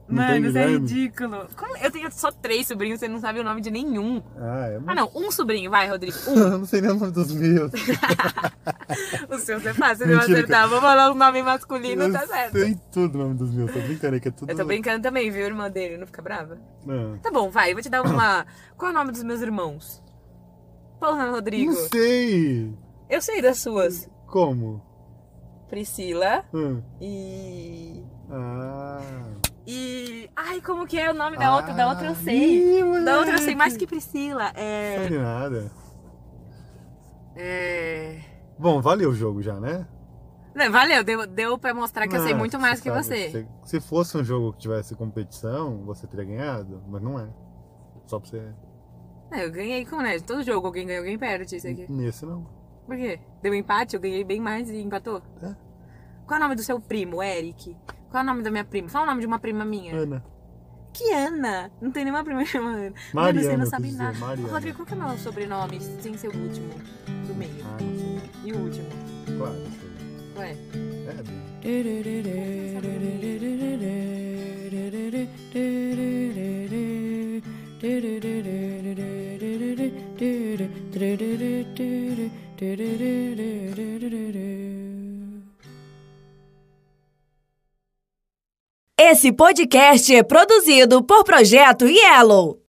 [SPEAKER 1] Não tem
[SPEAKER 2] Mano, isso é
[SPEAKER 1] Guilherme?
[SPEAKER 2] ridículo. Como- Eu tenho só três sobrinhos, você não sabe o nome de nenhum.
[SPEAKER 1] Ah, é.
[SPEAKER 2] Ah, não, um sobrinho, vai, Rodrigo. Um.
[SPEAKER 1] Eu não sei nem o nome dos meus.
[SPEAKER 2] O seu é fácil de eu
[SPEAKER 1] Mentira,
[SPEAKER 2] acertar. Vou falar o nome masculino, tá
[SPEAKER 1] eu
[SPEAKER 2] certo.
[SPEAKER 1] sei tudo o nome dos meus. Tô brincando, é que é tudo.
[SPEAKER 2] Eu tô brincando também, viu, irmã dele? Não fica brava?
[SPEAKER 1] Ah.
[SPEAKER 2] Tá bom, vai, eu vou te dar uma. Qual é o nome dos meus irmãos? Porra, Rodrigo.
[SPEAKER 1] Não sei.
[SPEAKER 2] Eu sei das suas.
[SPEAKER 1] Como?
[SPEAKER 2] Priscila
[SPEAKER 1] Hã?
[SPEAKER 2] e.
[SPEAKER 1] Ah.
[SPEAKER 2] E. Ai, como que é o nome da outra? Da outra eu
[SPEAKER 1] Ah,
[SPEAKER 2] sei.
[SPEAKER 1] ih, moleque.
[SPEAKER 2] Da outra eu sei mais que Priscila.
[SPEAKER 1] Não
[SPEAKER 2] É.
[SPEAKER 1] sabe nada.
[SPEAKER 2] É.
[SPEAKER 1] Bom, valeu o jogo já, né?
[SPEAKER 2] Não, valeu, deu, deu pra mostrar que eu sei
[SPEAKER 1] Ah,
[SPEAKER 2] muito mais que
[SPEAKER 1] sabe,
[SPEAKER 2] você.
[SPEAKER 1] se- Se fosse um jogo que tivesse competição, você teria ganhado, mas não é. Só pra você.
[SPEAKER 2] Ah, eu ganhei com né? Todo jogo alguém ganha, alguém perde isso aqui.
[SPEAKER 1] Nesse não.
[SPEAKER 2] Por quê? Deu empate, eu ganhei bem mais e empatou.
[SPEAKER 1] É.
[SPEAKER 2] Qual é o nome do seu primo, Eric? Qual é o nome da minha prima? Fala o nome de uma prima minha.
[SPEAKER 1] Ana.
[SPEAKER 2] Que Ana? Não tem nenhuma prima chamada Ana. Mano,
[SPEAKER 1] Mariana,
[SPEAKER 2] você não
[SPEAKER 1] eu
[SPEAKER 2] sabe
[SPEAKER 1] quis
[SPEAKER 2] nada.
[SPEAKER 1] dizer, Mariana.
[SPEAKER 2] Ô, Rodrigo, qual que é o meu sobrenome sem ser o último? Do meio.
[SPEAKER 1] Ah, não sei.
[SPEAKER 2] E o último?
[SPEAKER 1] Claro. não sei.
[SPEAKER 2] Ué.
[SPEAKER 1] É, bem.
[SPEAKER 4] Esse podcast é produzido por Projeto Yellow.